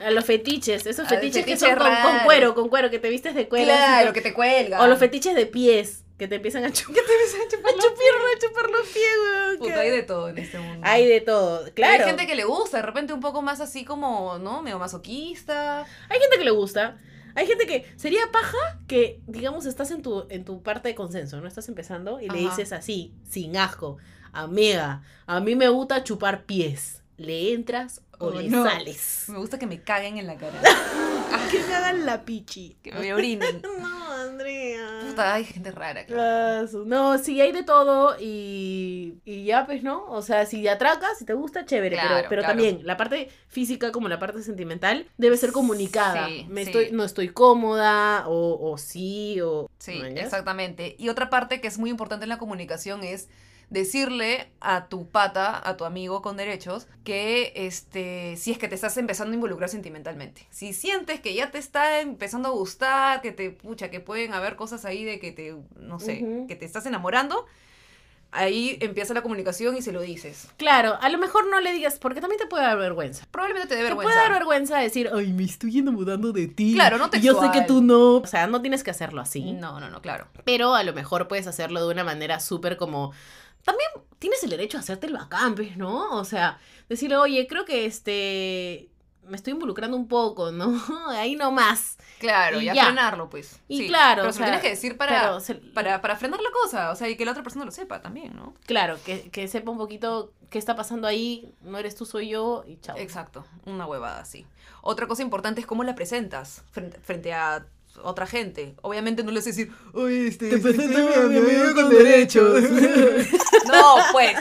Speaker 3: a los fetiches, esos
Speaker 4: A
Speaker 3: fetiches que
Speaker 4: fetiches
Speaker 3: son con, con
Speaker 4: raros.
Speaker 3: cuero, con cuero, que te vistes de cuero. así
Speaker 4: Claro,
Speaker 3: con-
Speaker 4: que te cuelga.
Speaker 3: O los fetiches de pies, que te empiezan a chupar. a chupir, a chupar los pies, weón. que-
Speaker 4: Puta, hay de todo en este mundo.
Speaker 3: Hay de todo, claro.
Speaker 4: Hay gente que le gusta, de repente un poco más así como, ¿no? Medio masoquista.
Speaker 3: le gusta. Hay gente que sería paja que, digamos, estás en tu, en tu parte de consenso, ¿no? Estás empezando y le
Speaker 4: Ajá.
Speaker 3: dices así, sin asco, amiga, a mí me gusta chupar pies. ¿Le entras o
Speaker 4: Oh,
Speaker 3: le
Speaker 4: no.
Speaker 3: sales?
Speaker 4: Me gusta que me caguen en la cara.
Speaker 3: Que me hagan la pichi.
Speaker 4: que me orinen.
Speaker 3: No, Andrea.
Speaker 4: Puta, hay gente rara. claro.
Speaker 3: Ah, su- No, sí, hay de todo y, y ya, pues, ¿no? O sea, si te atracas, si te gusta, chévere, pero-
Speaker 4: Claro,
Speaker 3: pero,
Speaker 4: claro.
Speaker 3: también la parte física como la parte sentimental debe ser comunicada.
Speaker 4: Sí,
Speaker 3: Me
Speaker 4: sí.
Speaker 3: Estoy, no estoy cómoda o, o sí o...
Speaker 4: Sí,
Speaker 3: ¿Mañas?
Speaker 4: exactamente. Y otra parte que es muy importante en la comunicación es decirle a tu pata, a tu amigo con derechos, que este, si es que te estás empezando a involucrar sentimentalmente. Si sientes que ya te está empezando a gustar, que te pucha, que pueden haber cosas ahí de que te, no sé,
Speaker 3: Ujú.
Speaker 4: que te estás enamorando, ahí empieza la comunicación y se lo dices.
Speaker 3: Claro, a lo mejor no le digas, porque también te puede dar vergüenza.
Speaker 4: Probablemente te dé
Speaker 3: Te
Speaker 4: vergüenza.
Speaker 3: puede dar vergüenza decir, ay, me estoy enamorando de ti.
Speaker 4: Claro, no
Speaker 3: y Yo sé que
Speaker 4: textual.
Speaker 3: tú no. O sea, no tienes que hacerlo así.
Speaker 4: No, no, no, claro.
Speaker 3: Pero a lo mejor puedes hacerlo de una manera súper como. También tienes el derecho a hacerte el bacán, pues, ¿no? O sea, decirle, oye, creo que este. Me estoy involucrando un poco, ¿no? Ahí nomás.
Speaker 4: Claro,
Speaker 3: Y
Speaker 4: ya,
Speaker 3: ya.
Speaker 4: frenarlo, pues.
Speaker 3: Y claro,
Speaker 4: Pero
Speaker 3: o
Speaker 4: se lo
Speaker 3: sea,
Speaker 4: tienes que decir
Speaker 3: Pero
Speaker 4: para,
Speaker 3: se-
Speaker 4: para, para frenar la cosa, o sea, y que la otra persona lo sepa también, ¿no?
Speaker 3: Claro, que, que sepa un poquito qué está pasando ahí. No eres tú, soy yo y chao.
Speaker 4: Exacto, una huevada así. Otra cosa importante es cómo la presentas frente, frente a otra gente. Obviamente no le vas a decir, oye, este,
Speaker 3: Te
Speaker 4: este,
Speaker 3: presento
Speaker 4: este,
Speaker 3: a mi amigo con
Speaker 4: no, pues,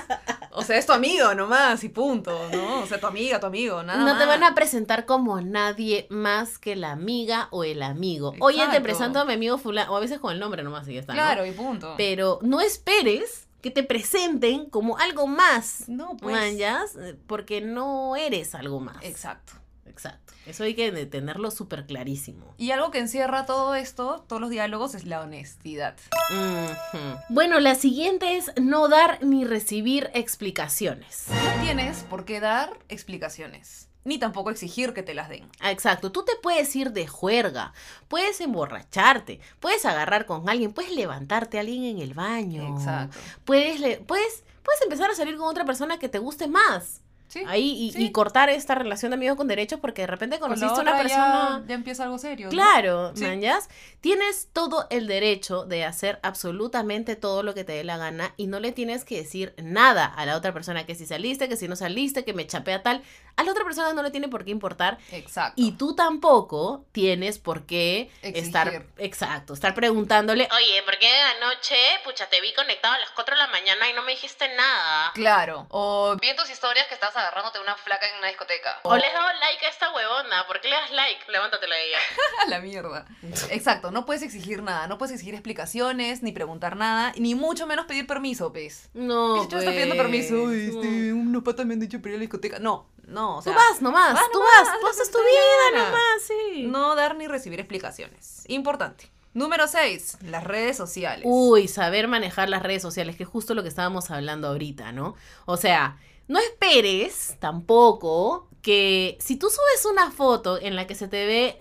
Speaker 4: o sea, es tu amigo nomás y punto, ¿no? O sea, tu amiga, tu amigo, nada
Speaker 3: no te
Speaker 4: más.
Speaker 3: van a presentar como nadie más que la amiga o el amigo. Oye, te
Speaker 4: Exacto.
Speaker 3: presento a mi amigo fulano. O a veces con el nombre nomás y ya está. ¿no?
Speaker 4: Claro, y punto.
Speaker 3: Pero no esperes que te presenten como algo más.
Speaker 4: no, pues.
Speaker 3: Mañas, eh, porque no eres algo más.
Speaker 4: Exacto.
Speaker 3: Exacto. Eso hay que de- tenerlo súper clarísimo.
Speaker 4: Y algo que encierra todo esto, todos los diálogos, es la honestidad.
Speaker 3: Ujú. Bueno, la siguiente es no dar ni recibir explicaciones.
Speaker 4: No tienes por qué dar explicaciones. ni tampoco exigir que te las den.
Speaker 3: Ah, Exacto, tú te puedes ir de juerga, puedes emborracharte, puedes agarrar con alguien, puedes levantarte a alguien en el baño.
Speaker 4: Exacto.
Speaker 3: Puedes, le- puedes, puedes empezar a salir con otra persona que te guste más.
Speaker 4: Sí.
Speaker 3: Ahí y,
Speaker 4: sí.
Speaker 3: y cortar esta relación de amigos con derechos porque de repente
Speaker 4: Con la
Speaker 3: conociste a una
Speaker 4: otra ya-
Speaker 3: persona.
Speaker 4: Ya, empieza algo serio. ¿no?
Speaker 3: Claro,
Speaker 4: Sí.
Speaker 3: manjas. Tienes todo el derecho de hacer absolutamente todo lo que te dé la gana y no le tienes que decir nada a la otra persona que si saliste, que si no saliste, que me chapea tal. A la otra persona no le tiene por qué importar
Speaker 4: Exacto.
Speaker 3: y tú tampoco tienes por qué
Speaker 4: Exigir.
Speaker 3: estar, exacto, estar preguntándole,
Speaker 2: Oye, ¿por qué anoche, pucha, te vi conectado a las 4 de la mañana y no me dijiste nada?
Speaker 4: Claro. O
Speaker 1: Viendo tus historias que estás agarrándote una flaca en una discoteca.
Speaker 2: O le has dado like a esta huevona, ¿por qué le das like? Levántatela de ella.
Speaker 4: a la mierda. Exacto, no puedes exigir nada, no puedes exigir explicaciones, ni preguntar nada, ni mucho menos pedir permiso, ¿ves?
Speaker 3: no,
Speaker 4: Ese chavo está pidiendo
Speaker 3: pues,
Speaker 4: permiso, "Uy,
Speaker 3: no".
Speaker 4: este, unos patas me han dicho para ir a la discoteca. No, no, o
Speaker 3: Tú
Speaker 4: sea,
Speaker 3: vas nomás,
Speaker 4: vas
Speaker 3: tú
Speaker 4: nomás,
Speaker 3: vas,
Speaker 4: haz
Speaker 3: tú
Speaker 4: lo que
Speaker 3: haces
Speaker 4: se
Speaker 3: tu
Speaker 4: te dé la
Speaker 3: vida
Speaker 4: gana.
Speaker 3: nomás, sí.
Speaker 4: no dar ni recibir explicaciones. Importante. Número 6, las redes sociales.
Speaker 3: Uy, saber manejar las redes sociales, que es justo lo que estábamos hablando ahorita, ¿no? O sea, no esperes tampoco que si tú subes una foto en la que se te ve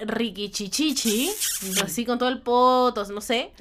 Speaker 3: riquichichichi, así con todo el poto, no sé,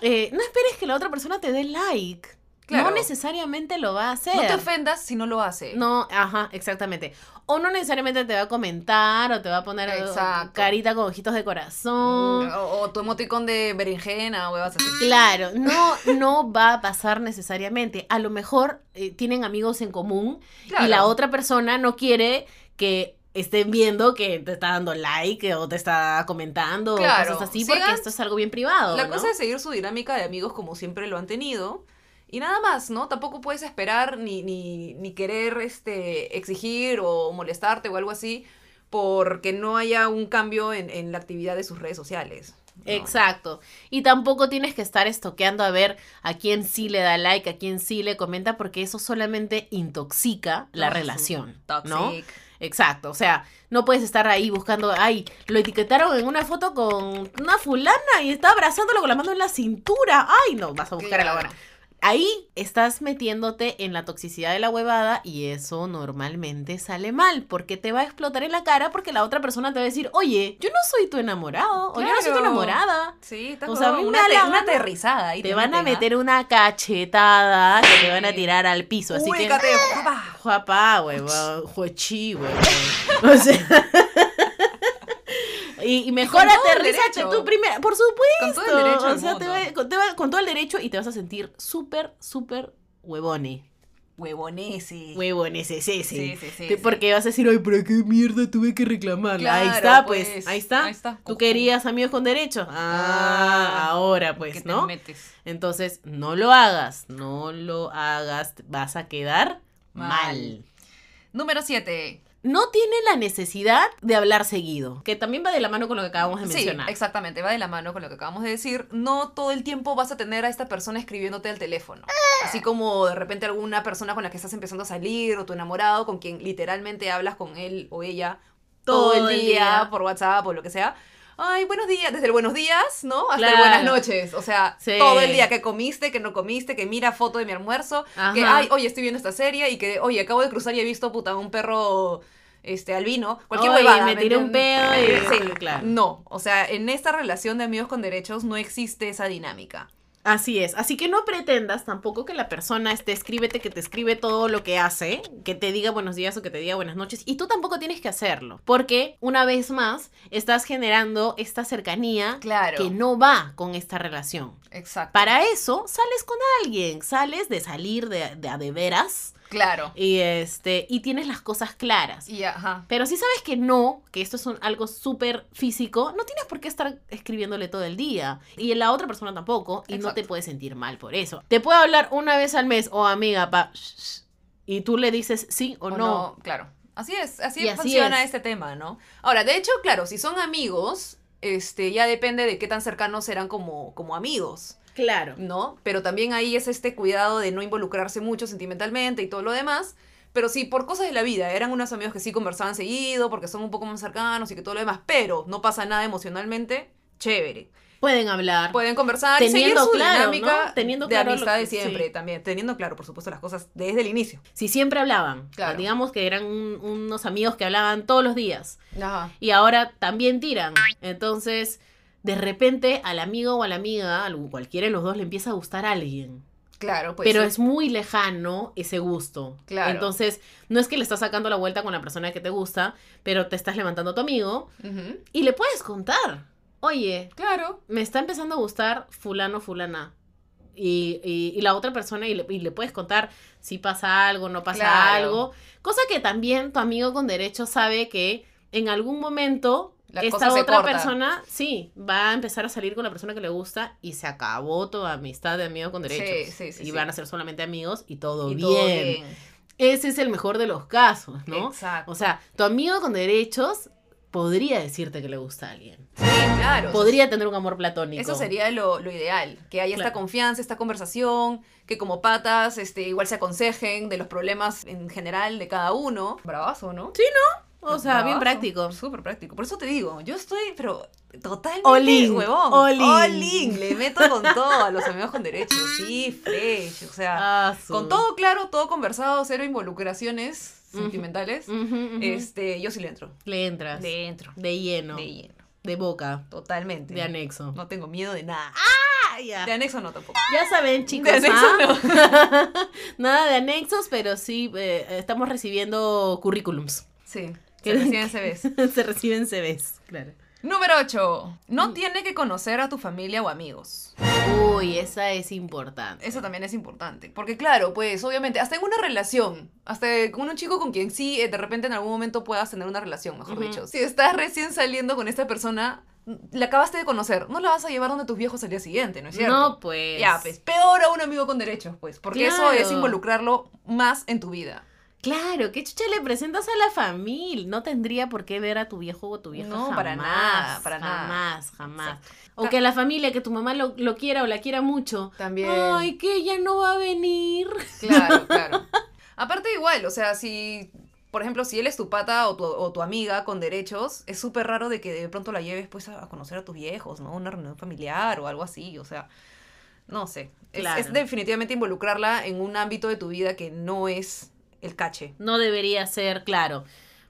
Speaker 3: eh, no esperes que la otra persona te dé like.
Speaker 4: Claro.
Speaker 3: No necesariamente lo va a hacer.
Speaker 4: no te ofendas si no lo hace.
Speaker 3: No, ajá, exactamente. O no necesariamente te va a comentar o te va a poner eh,
Speaker 4: Exacto.
Speaker 3: carita con ojitos de corazón.
Speaker 4: O, o tu emoticón de berenjena, huevas así.
Speaker 3: Claro, no, no va a pasar necesariamente. A lo mejor eh, tienen amigos en común y la
Speaker 4: Claro.
Speaker 3: otra persona no quiere que estén viendo que te está dando like o te está comentando o
Speaker 4: Claro,
Speaker 3: cosas así,
Speaker 4: sigan-
Speaker 3: porque esto es algo bien privado.
Speaker 4: La
Speaker 3: ¿no?
Speaker 4: cosa es seguir su dinámica de amigos como siempre lo han tenido. Y nada más, ¿no? Tampoco puedes esperar ni, ni, ni querer este, exigir o molestarte o algo así porque no haya un cambio en, en la actividad de sus redes sociales. ¿no?
Speaker 3: Exacto. Y tampoco tienes que estar estoqueando a ver a quién sí le da like, a quién sí le comenta, porque eso solamente intoxica la
Speaker 4: Ah, sí.
Speaker 3: relación.
Speaker 4: Toxic.
Speaker 3: ¿no? Exacto, o sea, no puedes estar ahí buscando, ay, lo etiquetaron en una foto con una fulana y está abrazándolo con la mano en la cintura, ay, no, vas a buscar a la
Speaker 4: Claro.
Speaker 3: buena. Ahí estás metiéndote en la toxicidad de la huevada y eso normalmente sale mal porque te va a explotar en la cara porque la otra persona te va a decir, oye, yo no soy tu enamorado o yo no soy tu
Speaker 4: Claro.
Speaker 3: enamorada.
Speaker 4: Sí, está
Speaker 3: O
Speaker 4: como
Speaker 3: sea, a mí me
Speaker 4: una,
Speaker 3: da
Speaker 4: te-
Speaker 3: la
Speaker 4: una
Speaker 3: gana.
Speaker 4: aterrizada. ahí
Speaker 3: Te van a
Speaker 4: meten, ¿ah?
Speaker 3: meter una cachetada que te van a
Speaker 4: Sí.
Speaker 3: tirar al piso, así
Speaker 4: Uy,
Speaker 3: que...
Speaker 4: cateo, papá.
Speaker 3: Juapá, huevón. Juechi, huevón. O sea. Y, y mejor
Speaker 4: Con todo el
Speaker 3: aterrízate
Speaker 4: derecho.
Speaker 3: tú primero. Por supuesto.
Speaker 4: Con todo el derecho
Speaker 3: O
Speaker 4: del
Speaker 3: sea, te
Speaker 4: mundo.
Speaker 3: va- con, te va- con todo el derecho y te vas a sentir súper, súper huevone.
Speaker 4: Huevonese.
Speaker 3: Huevones, ese, ese.
Speaker 4: Sí, sí, sí, sí.
Speaker 3: Te- Porque vas a decir, ay, ¿pero qué mierda tuve que reclamarla? ahí
Speaker 4: Claro,
Speaker 3: está, pues.
Speaker 4: pues,
Speaker 3: Ahí está.
Speaker 4: ahí está.
Speaker 3: Tú querías amigos con derecho. Ah,
Speaker 4: Ah,
Speaker 3: ahora
Speaker 4: que
Speaker 3: pues,
Speaker 4: te
Speaker 3: ¿no?
Speaker 4: metes.
Speaker 3: Entonces, no lo hagas. No lo hagas. Vas a quedar
Speaker 4: Mal.
Speaker 3: mal.
Speaker 4: Número 7.
Speaker 3: no tiene la necesidad de hablar seguido, que también va de la mano con lo que acabamos de
Speaker 4: Sí,
Speaker 3: mencionar.
Speaker 4: exactamente, va de la mano con lo que acabamos de decir. No todo el tiempo vas a tener a esta persona escribiéndote al teléfono. Así como de repente alguna persona con la que estás empezando a salir o tu enamorado con quien literalmente hablas con él o ella todo, el día, por WhatsApp o lo que sea. Ay, buenos días, desde el buenos días, ¿no? Hasta el
Speaker 3: Claro.
Speaker 4: buenas noches. O sea,
Speaker 3: Sí.
Speaker 4: todo el día que comiste, que no comiste, que mira foto de mi almuerzo,
Speaker 3: Ajá.
Speaker 4: que ay, oye, estoy viendo esta serie y que oye, acabo de cruzar y he visto puta un perro este albino, cualquier
Speaker 3: Oye,
Speaker 4: huevada,
Speaker 3: me
Speaker 4: ¿me
Speaker 3: tiré un
Speaker 4: entiendes?
Speaker 3: pedo y-
Speaker 4: Sí,
Speaker 3: claro.
Speaker 4: No, o sea, en esta relación de amigos con derechos no existe esa dinámica.
Speaker 3: Así es. Así que no pretendas tampoco que la persona esté escríbete, que te escribe todo lo que hace, que te diga buenos días o que te diga buenas noches. Y tú tampoco tienes que hacerlo. Porque, una vez más, estás generando esta cercanía
Speaker 4: Claro.
Speaker 3: que no va con esta relación.
Speaker 4: Exacto.
Speaker 3: Para eso, sales con alguien. Sales de salir de, de a de veras
Speaker 4: Claro.
Speaker 3: y, este, y tienes las cosas claras.
Speaker 4: Y ajá.
Speaker 3: Pero si sabes que no, que esto es un- algo súper físico, no tienes por qué estar escribiéndole todo el día. Y la otra persona tampoco, y no te
Speaker 4: Exacto.
Speaker 3: puedes sentir mal por eso. Te puede hablar una vez al mes, o amiga, pa, shh, shh", y tú le dices sí o,
Speaker 4: O
Speaker 3: no.
Speaker 4: no, claro. Así es, así
Speaker 3: Y así
Speaker 4: funciona
Speaker 3: es.
Speaker 4: este tema, ¿no? Ahora, de hecho, claro, si son amigos, este, ya depende de qué tan cercanos serán como, como amigos,
Speaker 3: Claro.
Speaker 4: ¿no? Pero también ahí es este cuidado de no involucrarse mucho sentimentalmente y todo lo demás. Pero si por cosas de la vida eran unos amigos que sí conversaban seguido, porque son un poco más cercanos y que todo lo demás, pero no pasa nada emocionalmente, chévere.
Speaker 3: pueden hablar.
Speaker 4: Pueden conversar y seguir
Speaker 3: Teniendo
Speaker 4: su
Speaker 3: claro,
Speaker 4: dinámica
Speaker 3: ¿no? Teniendo
Speaker 4: de
Speaker 3: claro lo
Speaker 4: amistad de
Speaker 3: que- sí.
Speaker 4: siempre también. Teniendo claro, por supuesto, las cosas desde el inicio.
Speaker 3: Si siempre hablaban,
Speaker 4: Claro.
Speaker 3: digamos que eran un- unos amigos que hablaban todos los días
Speaker 4: Ajá.
Speaker 3: y ahora también tiran. Entonces, de repente al amigo o a la amiga, a cualquiera de los dos le empieza a gustar a alguien.
Speaker 4: Claro, pues.
Speaker 3: pero
Speaker 4: sí.
Speaker 3: es muy lejano ese gusto.
Speaker 4: Claro.
Speaker 3: Entonces, no es que le estás sacando la vuelta con la persona que te gusta, pero te estás levantando a tu amigo
Speaker 4: Ujú.
Speaker 3: y le puedes contar. Oye,
Speaker 4: Claro.
Speaker 3: me está empezando a gustar fulano, fulana. Y, y- y la otra persona, y le, y le puedes contar si pasa algo, no pasa
Speaker 4: Claro.
Speaker 3: algo. Cosa que también tu amigo con derecho sabe que en algún momento
Speaker 4: La cosa
Speaker 3: esta
Speaker 4: se
Speaker 3: otra
Speaker 4: corta.
Speaker 3: persona, sí, va a empezar a salir con la persona que le gusta y se acabó tu amistad de amigo con derecho.
Speaker 4: sí, sí,
Speaker 3: y
Speaker 4: sí.
Speaker 3: van a ser solamente amigos y todo,
Speaker 4: Y
Speaker 3: bien.
Speaker 4: todo
Speaker 3: Ese es el mejor de los casos, ¿no?
Speaker 4: Exacto.
Speaker 3: O sea, tu amigo con derechos podría decirte que le gusta a alguien.
Speaker 4: claro.
Speaker 3: Podría tener un amor platónico.
Speaker 4: Eso sería lo, lo ideal, que haya esta
Speaker 3: Claro.
Speaker 4: confianza, esta conversación, que como patas este, igual se aconsejen de los problemas en general de cada uno. Bravazo, ¿no? Sí,
Speaker 3: O sea, bien práctico.
Speaker 4: Súper práctico. Por eso te digo, yo estoy, pero totalmente
Speaker 3: All in,
Speaker 4: huevón.
Speaker 3: all in.
Speaker 4: All in, Le meto con todo a los amigos con derechos. Sí, fresh. O sea,
Speaker 3: Ah, su-
Speaker 4: con todo claro, todo conversado, cero involucraciones
Speaker 3: Ujú.
Speaker 4: sentimentales.
Speaker 3: Ujú, ujú.
Speaker 4: Este, yo sí le entro.
Speaker 3: Le entras. De,
Speaker 4: Le entro.
Speaker 3: lleno.
Speaker 4: De
Speaker 3: De,
Speaker 4: lleno.
Speaker 3: boca.
Speaker 4: Totalmente.
Speaker 3: De anexo. Ah.
Speaker 4: No tengo miedo de nada.
Speaker 3: ya.
Speaker 4: De anexo no tampoco.
Speaker 3: saben, chicos.
Speaker 4: De anexo
Speaker 3: ¿ah? Nada de anexos, pero sí eh, estamos recibiendo currículums.
Speaker 4: Sí.
Speaker 3: Que-
Speaker 4: Que recién se ves.
Speaker 3: Se reciben CVs. Claro.
Speaker 4: Número 8.
Speaker 3: Mm.
Speaker 4: No tiene que conocer a tu familia o amigos.
Speaker 3: Uy, esa es importante.
Speaker 4: Eso también es importante. Porque claro, pues obviamente, hasta en una relación, hasta con un chico con quien sí, eh, de repente en algún momento puedas tener una relación, mejor
Speaker 3: Ujú.
Speaker 4: dicho. Si estás recién saliendo con esta persona, la acabaste de conocer, no la vas a llevar donde tus viejos al día siguiente, ¿no es cierto?
Speaker 3: No, pues.
Speaker 4: Ya, pues peor a un amigo con derechos, pues, porque eso
Speaker 3: Claro.
Speaker 4: es involucrarlo más en tu vida.
Speaker 3: Claro, ¿qué chucha le presentas a la familia? No tendría por qué ver a tu viejo o tu vieja.
Speaker 4: No, para
Speaker 3: jamás,
Speaker 4: nada, para nada.
Speaker 3: Jamás, jamás. O que la familia, que tu mamá lo, lo quiera o la quiera mucho.
Speaker 4: También.
Speaker 3: Ay, que ella no va a venir.
Speaker 4: Claro, claro. Aparte igual, o sea, si, por ejemplo, si él es tu pata o tu, o tu amiga con derechos, es súper raro de que de pronto la lleves pues a a conocer a tus viejos, ¿no? Una reunión familiar o algo así, o sea, no sé. Es,
Speaker 3: Claro.
Speaker 4: es definitivamente involucrarla en un ámbito de tu vida que no es el cache.
Speaker 3: No debería ser, claro.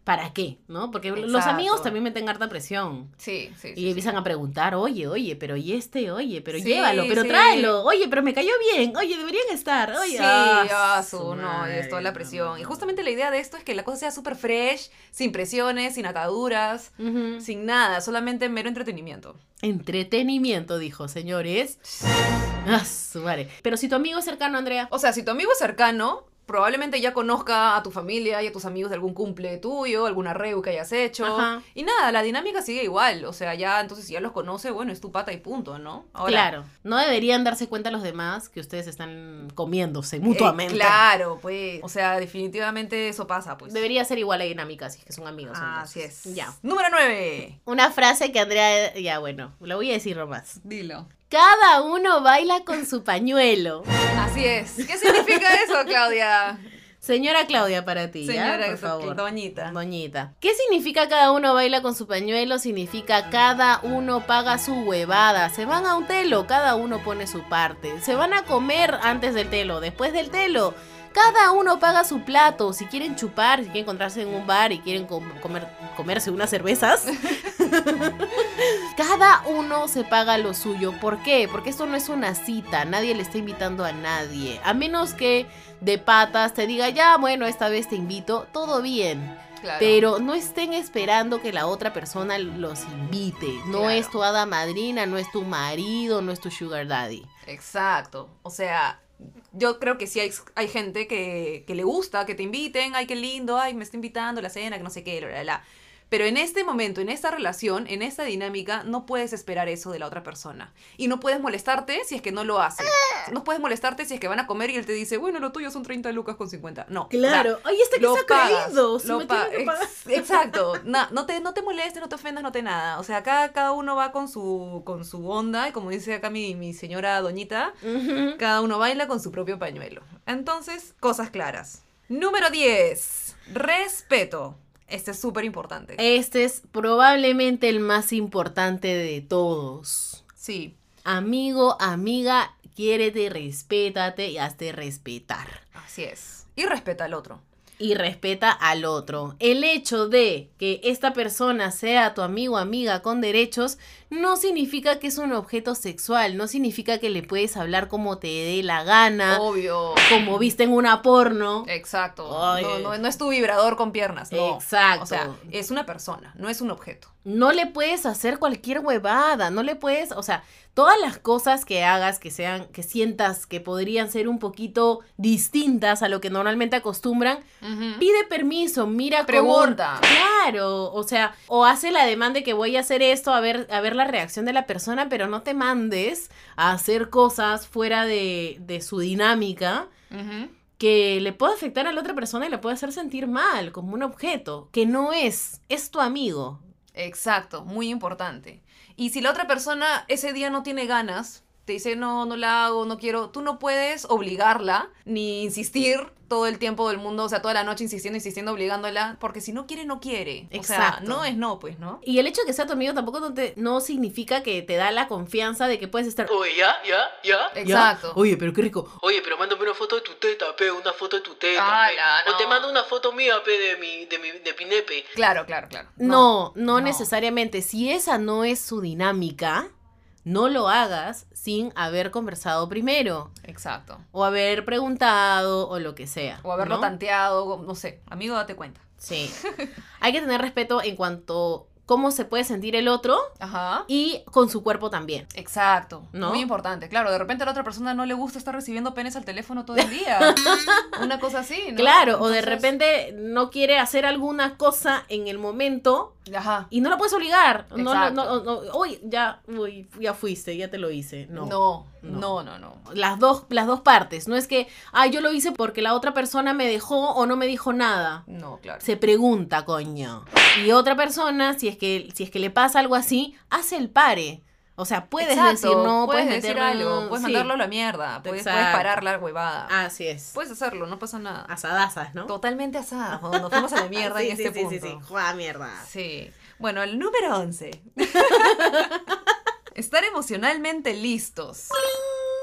Speaker 3: ¿Para qué? ¿No? Porque los
Speaker 4: Exacto.
Speaker 3: amigos también meten harta presión.
Speaker 4: Sí, sí,
Speaker 3: Y empiezan a preguntar, oye, oye, pero y este, oye, pero
Speaker 4: Sí,
Speaker 3: llévalo, pero
Speaker 4: sí.
Speaker 3: tráelo, oye, pero me cayó bien, oye, deberían estar, oye.
Speaker 4: sí,
Speaker 3: ah,
Speaker 4: ah, su, no, y es toda la
Speaker 3: madre,
Speaker 4: presión.
Speaker 3: no,
Speaker 4: Y
Speaker 3: no,
Speaker 4: justamente la idea de esto es que la cosa sea súper fresh, sin presiones, sin ataduras,
Speaker 3: no. Ujú.
Speaker 4: sin nada, solamente mero entretenimiento.
Speaker 3: Entretenimiento, dijo, señores. Ah, su madre. Pero si tu amigo es cercano, Andrea.
Speaker 4: O sea, si tu amigo es cercano, probablemente ya conozca a tu familia y a tus amigos de algún cumple tuyo, algún arreo que hayas hecho.
Speaker 3: Ajá.
Speaker 4: Y nada, la dinámica sigue igual. O sea, ya entonces si ya los conoce, bueno, es tu pata y punto, ¿no? Ahora-
Speaker 3: Claro. No deberían darse cuenta los demás que ustedes están comiéndose
Speaker 4: Eh,
Speaker 3: mutuamente.
Speaker 4: claro, pues. O sea, definitivamente eso pasa, pues.
Speaker 3: Debería ser igual la dinámica, si es que son amigos.
Speaker 4: Ah, así
Speaker 3: entonces.
Speaker 4: es.
Speaker 3: Ya.
Speaker 4: Número 9.
Speaker 3: Una frase que Andrea. Ya, bueno, lo voy a decir nomás.
Speaker 4: Dilo.
Speaker 3: Cada uno baila con su pañuelo.
Speaker 4: Así es. ¿Qué significa eso, Claudia?
Speaker 3: Señora Claudia, para ti, ¿ya?
Speaker 4: Señora,
Speaker 3: Por favor.
Speaker 4: doñita.
Speaker 3: Doñita. ¿Qué significa cada uno baila con su pañuelo? Significa cada uno paga su huevada. Se van a un telo, cada uno pone su parte. Se van a comer antes del telo, después del telo. Cada uno paga su plato. Si quieren chupar, si quieren encontrarse en un bar y quieren com- comer, comerse unas cervezas. cada uno se paga lo suyo. ¿Por qué? Porque esto no es una cita. Nadie le está invitando a nadie. A menos que de patas te diga, ya, bueno, esta vez te invito. Todo bien.
Speaker 4: Claro.
Speaker 3: Pero no estén esperando que la otra persona los invite. No
Speaker 4: Claro.
Speaker 3: es tu hada madrina, no es tu marido, no es tu sugar daddy.
Speaker 4: Exacto. O sea, yo creo que sí hay, hay gente que, que le gusta que te inviten, ay, qué lindo, ay, me está invitando a la cena, que no sé qué, la, la, la. Pero en este momento, en esta relación, en esta dinámica, no puedes esperar eso de la otra persona. Y no puedes molestarte si es que no lo hace. No puedes molestarte si es que van a comer y él te dice, bueno, lo tuyo son 30 lucas con 50. No. o sea,
Speaker 3: Oye, este
Speaker 4: lo pagas, lo pa- ex- Exacto. No, no, te, no te molestes, no te ofendas, no te nada. O sea, cada, cada uno va con su, con su onda y como dice acá mi, mi señora doñita, cada uno baila con su propio pañuelo. Entonces, cosas claras. Número 10. Respeto. Este es
Speaker 3: Eh.
Speaker 4: súper importante.
Speaker 3: Este es probablemente el más importante de todos.
Speaker 4: Sí.
Speaker 3: Amigo, amiga, quiérete, respétate y hazte respetar.
Speaker 4: Así es. Y respeta al otro.
Speaker 3: y respeta al otro. El hecho de que esta persona sea tu amigo o amiga con derechos no significa que es un objeto sexual, no significa que le puedes hablar como te dé la gana,
Speaker 4: Obvio.
Speaker 3: como viste en una porno.
Speaker 4: Exacto.
Speaker 3: Ay.
Speaker 4: No, no- no es tu vibrador con piernas, Eh, no.
Speaker 3: Exacto.
Speaker 4: O sea, es una persona, no es un objeto.
Speaker 3: no le puedes hacer cualquier huevada, no le puedes, o sea, todas las cosas que hagas que sean que sientas que podrían ser un poquito distintas a lo que normalmente acostumbran, pide permiso, mira cómo-
Speaker 4: Pregunta.
Speaker 3: claro, o sea, o hace la demanda de que voy a hacer esto a ver, a ver la reacción de la persona, pero no te mandes a hacer cosas fuera de, de su dinámica
Speaker 4: Ujú.
Speaker 3: que le pueda afectar a la otra persona y la pueda hacer sentir mal, como un objeto, que no es, es tu amigo.
Speaker 4: Exacto, muy importante. Y si la otra persona ese día no tiene ganas, te dice, no, no la hago, no quiero, tú no puedes obligarla ni insistir todo el tiempo del mundo, o sea, toda la noche insistiendo, insistiendo, obligándola, porque si no quiere, no quiere. O sea,
Speaker 3: Exacto.
Speaker 4: no es no, pues, ¿no?
Speaker 3: Y el hecho de que sea tu amigo tampoco no, te- no significa que te da la confianza de que puedes estar...
Speaker 5: Oye, ya, ya, ya.
Speaker 1: Eh.
Speaker 3: "Ya,
Speaker 4: Exacto.
Speaker 3: Oye, pero qué rico.
Speaker 5: Oye, pero mándame una foto de tu teta, pe, una foto de tu teta. pe.
Speaker 1: Ala,
Speaker 5: O
Speaker 1: no.
Speaker 5: te mando una foto mía, pe, de mi, de mi, de pinepe.
Speaker 4: Claro, claro, claro.
Speaker 3: No, no,
Speaker 4: no.
Speaker 3: necesariamente. Si esa no es su dinámica, no lo hagas sin haber conversado primero.
Speaker 4: Exacto.
Speaker 3: O haber preguntado o lo que sea.
Speaker 4: O haberlo
Speaker 3: ¿no?
Speaker 4: tanteado, o- no sé. Amigo, date cuenta.
Speaker 3: Sí. Hay que tener respeto en cuanto cómo se puede sentir el otro
Speaker 4: Ajá.
Speaker 3: y con su cuerpo también.
Speaker 4: Exacto,
Speaker 3: ¿No?
Speaker 4: muy importante. Claro, de repente a la otra persona no le gusta estar recibiendo penes al teléfono todo el día. Una cosa así, ¿no?
Speaker 3: Claro, o de
Speaker 4: Entonces-
Speaker 3: repente no quiere hacer alguna cosa en el momento
Speaker 4: Ajá.
Speaker 3: Y no la puedes obligar. No, no,
Speaker 4: Exacto.
Speaker 3: no, no, uy, ya, uy, ya fuiste, ya te lo hice. No.
Speaker 4: No. No,
Speaker 3: No.
Speaker 4: no, no. no.
Speaker 3: Las dos, las dos partes. No es que, ah, yo lo hice porque la otra persona me dejó o no me dijo nada.
Speaker 4: claro.
Speaker 3: Se pregunta, coño. Y otra persona, si es que, si es que le pasa algo así, hace el pare. O sea, puedes
Speaker 4: Exacto,
Speaker 3: decir no, puedes,
Speaker 4: decir
Speaker 3: meterle
Speaker 4: algo,
Speaker 3: un-
Speaker 4: puedes
Speaker 3: sí.
Speaker 4: mandarlo a la mierda, puedes, puedes
Speaker 3: Exacto.
Speaker 4: parar la huevada.
Speaker 3: Así es.
Speaker 4: Puedes hacerlo, no pasa nada.
Speaker 3: Asadazas, ¿no?
Speaker 4: Totalmente asada, Juan, nos fuimos a la mierda
Speaker 3: sí,
Speaker 4: en
Speaker 3: sí,
Speaker 4: este
Speaker 3: sí,
Speaker 4: punto.
Speaker 3: sí, sí. Juega mierda.
Speaker 4: Sí. Bueno, el número 11. Estar emocionalmente listos.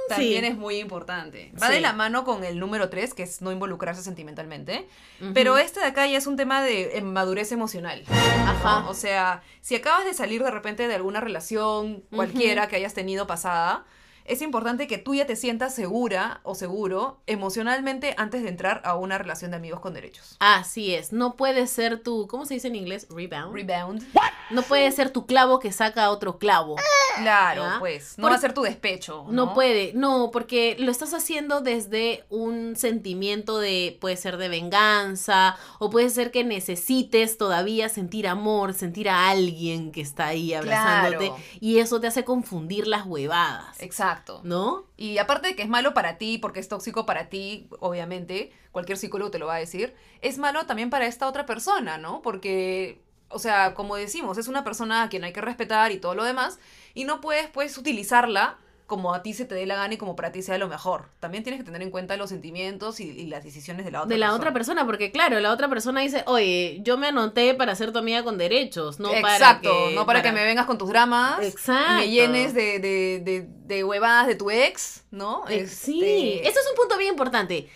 Speaker 4: También
Speaker 3: Sí.
Speaker 4: es muy importante. Va
Speaker 3: Sí.
Speaker 4: de la mano con el número 3, que es no involucrarse sentimentalmente.
Speaker 3: Ujú.
Speaker 4: Pero este de acá ya es un tema de eh, madurez emocional. Ajá. O sea, si acabas de salir de repente de alguna relación cualquiera que hayas tenido pasada, es importante que tú ya te sientas segura o seguro emocionalmente antes de entrar a una relación de amigos con derechos.
Speaker 3: Así es. No puede ser tu, ¿cómo se dice en inglés? Rebound.
Speaker 4: Rebound.
Speaker 3: No puede ser tu clavo que saca otro clavo.
Speaker 4: Claro,
Speaker 3: ¿Ah?
Speaker 4: pues. No
Speaker 3: Por-
Speaker 4: va a ser tu despecho.
Speaker 3: No,
Speaker 4: No,
Speaker 3: puede, no, porque lo estás haciendo desde un sentimiento de, puede ser de venganza, o puede ser que necesites todavía sentir amor, sentir a alguien que está ahí abrazándote,
Speaker 4: Claro.
Speaker 3: y eso te hace confundir las huevadas,
Speaker 4: Exacto.
Speaker 3: ¿no?
Speaker 4: Y aparte de que es malo para ti, porque es tóxico para ti, obviamente, cualquier psicólogo te lo va a decir, es malo también para esta otra persona, ¿no? Porque, o sea, como decimos, es una persona a quien hay que respetar y todo lo demás, y no puedes, pues, utilizarla como a ti se te dé la gana y como para ti sea lo mejor. También tienes que tener en cuenta los sentimientos y, y las decisiones de la otra
Speaker 3: De la
Speaker 4: persona.
Speaker 3: otra persona, porque claro, la otra persona dice, oye, yo me anoté para ser tu amiga con derechos, no para que...
Speaker 4: Exacto, no para, que me vengas con tus dramas.
Speaker 3: Exacto.
Speaker 4: Me llenes de, de, de, de huevadas de tu ex, ¿no?
Speaker 3: Eh, Sí,
Speaker 4: Este-
Speaker 3: eso es un punto bien importante.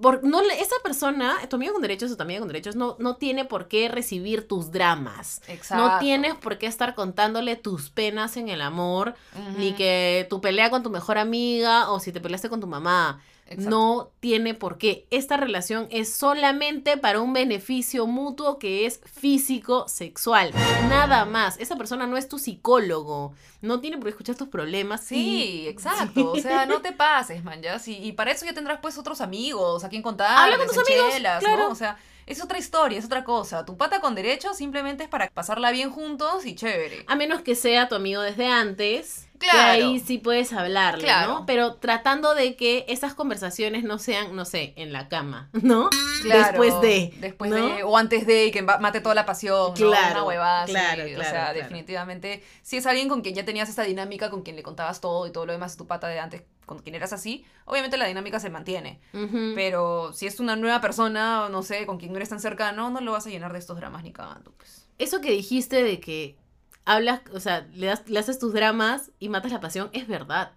Speaker 3: Por, no, le- esa persona, tu amigo con derechos o tu amiga con derechos, no, no tiene por qué recibir tus dramas.
Speaker 4: Exacto.
Speaker 3: No tienes por qué estar contándole tus penas en el amor,
Speaker 4: Ujú.
Speaker 3: ni que tu pelea con tu mejor amiga o si te peleaste con tu mamá.
Speaker 4: Exacto.
Speaker 3: No tiene por qué. Esta relación es solamente para un beneficio mutuo que es físico, sexual. Nada más. Esa persona no es tu psicólogo. No tiene por qué escuchar tus problemas. y-
Speaker 4: Sí, exacto. O sea, no te pases, man, ya. Sí, y para eso ya tendrás pues otros amigos a quien contar.
Speaker 3: Habla con tus amigos, claro.
Speaker 4: O sea, es otra historia, es otra cosa. Tu pata con derecho simplemente es para pasarla bien juntos y chévere.
Speaker 3: A menos que sea tu amigo desde antes.
Speaker 4: Claro.
Speaker 3: Que ahí sí puedes hablarle,
Speaker 4: Claro.
Speaker 3: ¿no? Pero tratando de que esas conversaciones no sean, no sé, en la cama, ¿no?
Speaker 4: Claro,
Speaker 3: Después de,
Speaker 4: Después
Speaker 3: ¿no?
Speaker 4: de. O antes de y que va- mate toda la pasión. ¿no?
Speaker 3: Claro,
Speaker 4: Una huevada. así.
Speaker 3: claro,
Speaker 4: O
Speaker 3: claro,
Speaker 4: sea,
Speaker 3: claro.
Speaker 4: definitivamente. Si es alguien con quien ya tenías esta dinámica, con quien le contabas todo y todo lo demás a tu pata de antes, con quien eras así, obviamente la dinámica se mantiene.
Speaker 3: Ujú.
Speaker 4: Pero si es una nueva persona, o no sé, con quien no eres tan cercano, no lo vas a llenar de estos dramas ni cagando, pues.
Speaker 3: Eso que dijiste de que hablas, o sea, le, das, le haces tus dramas y matas la pasión, es verdad.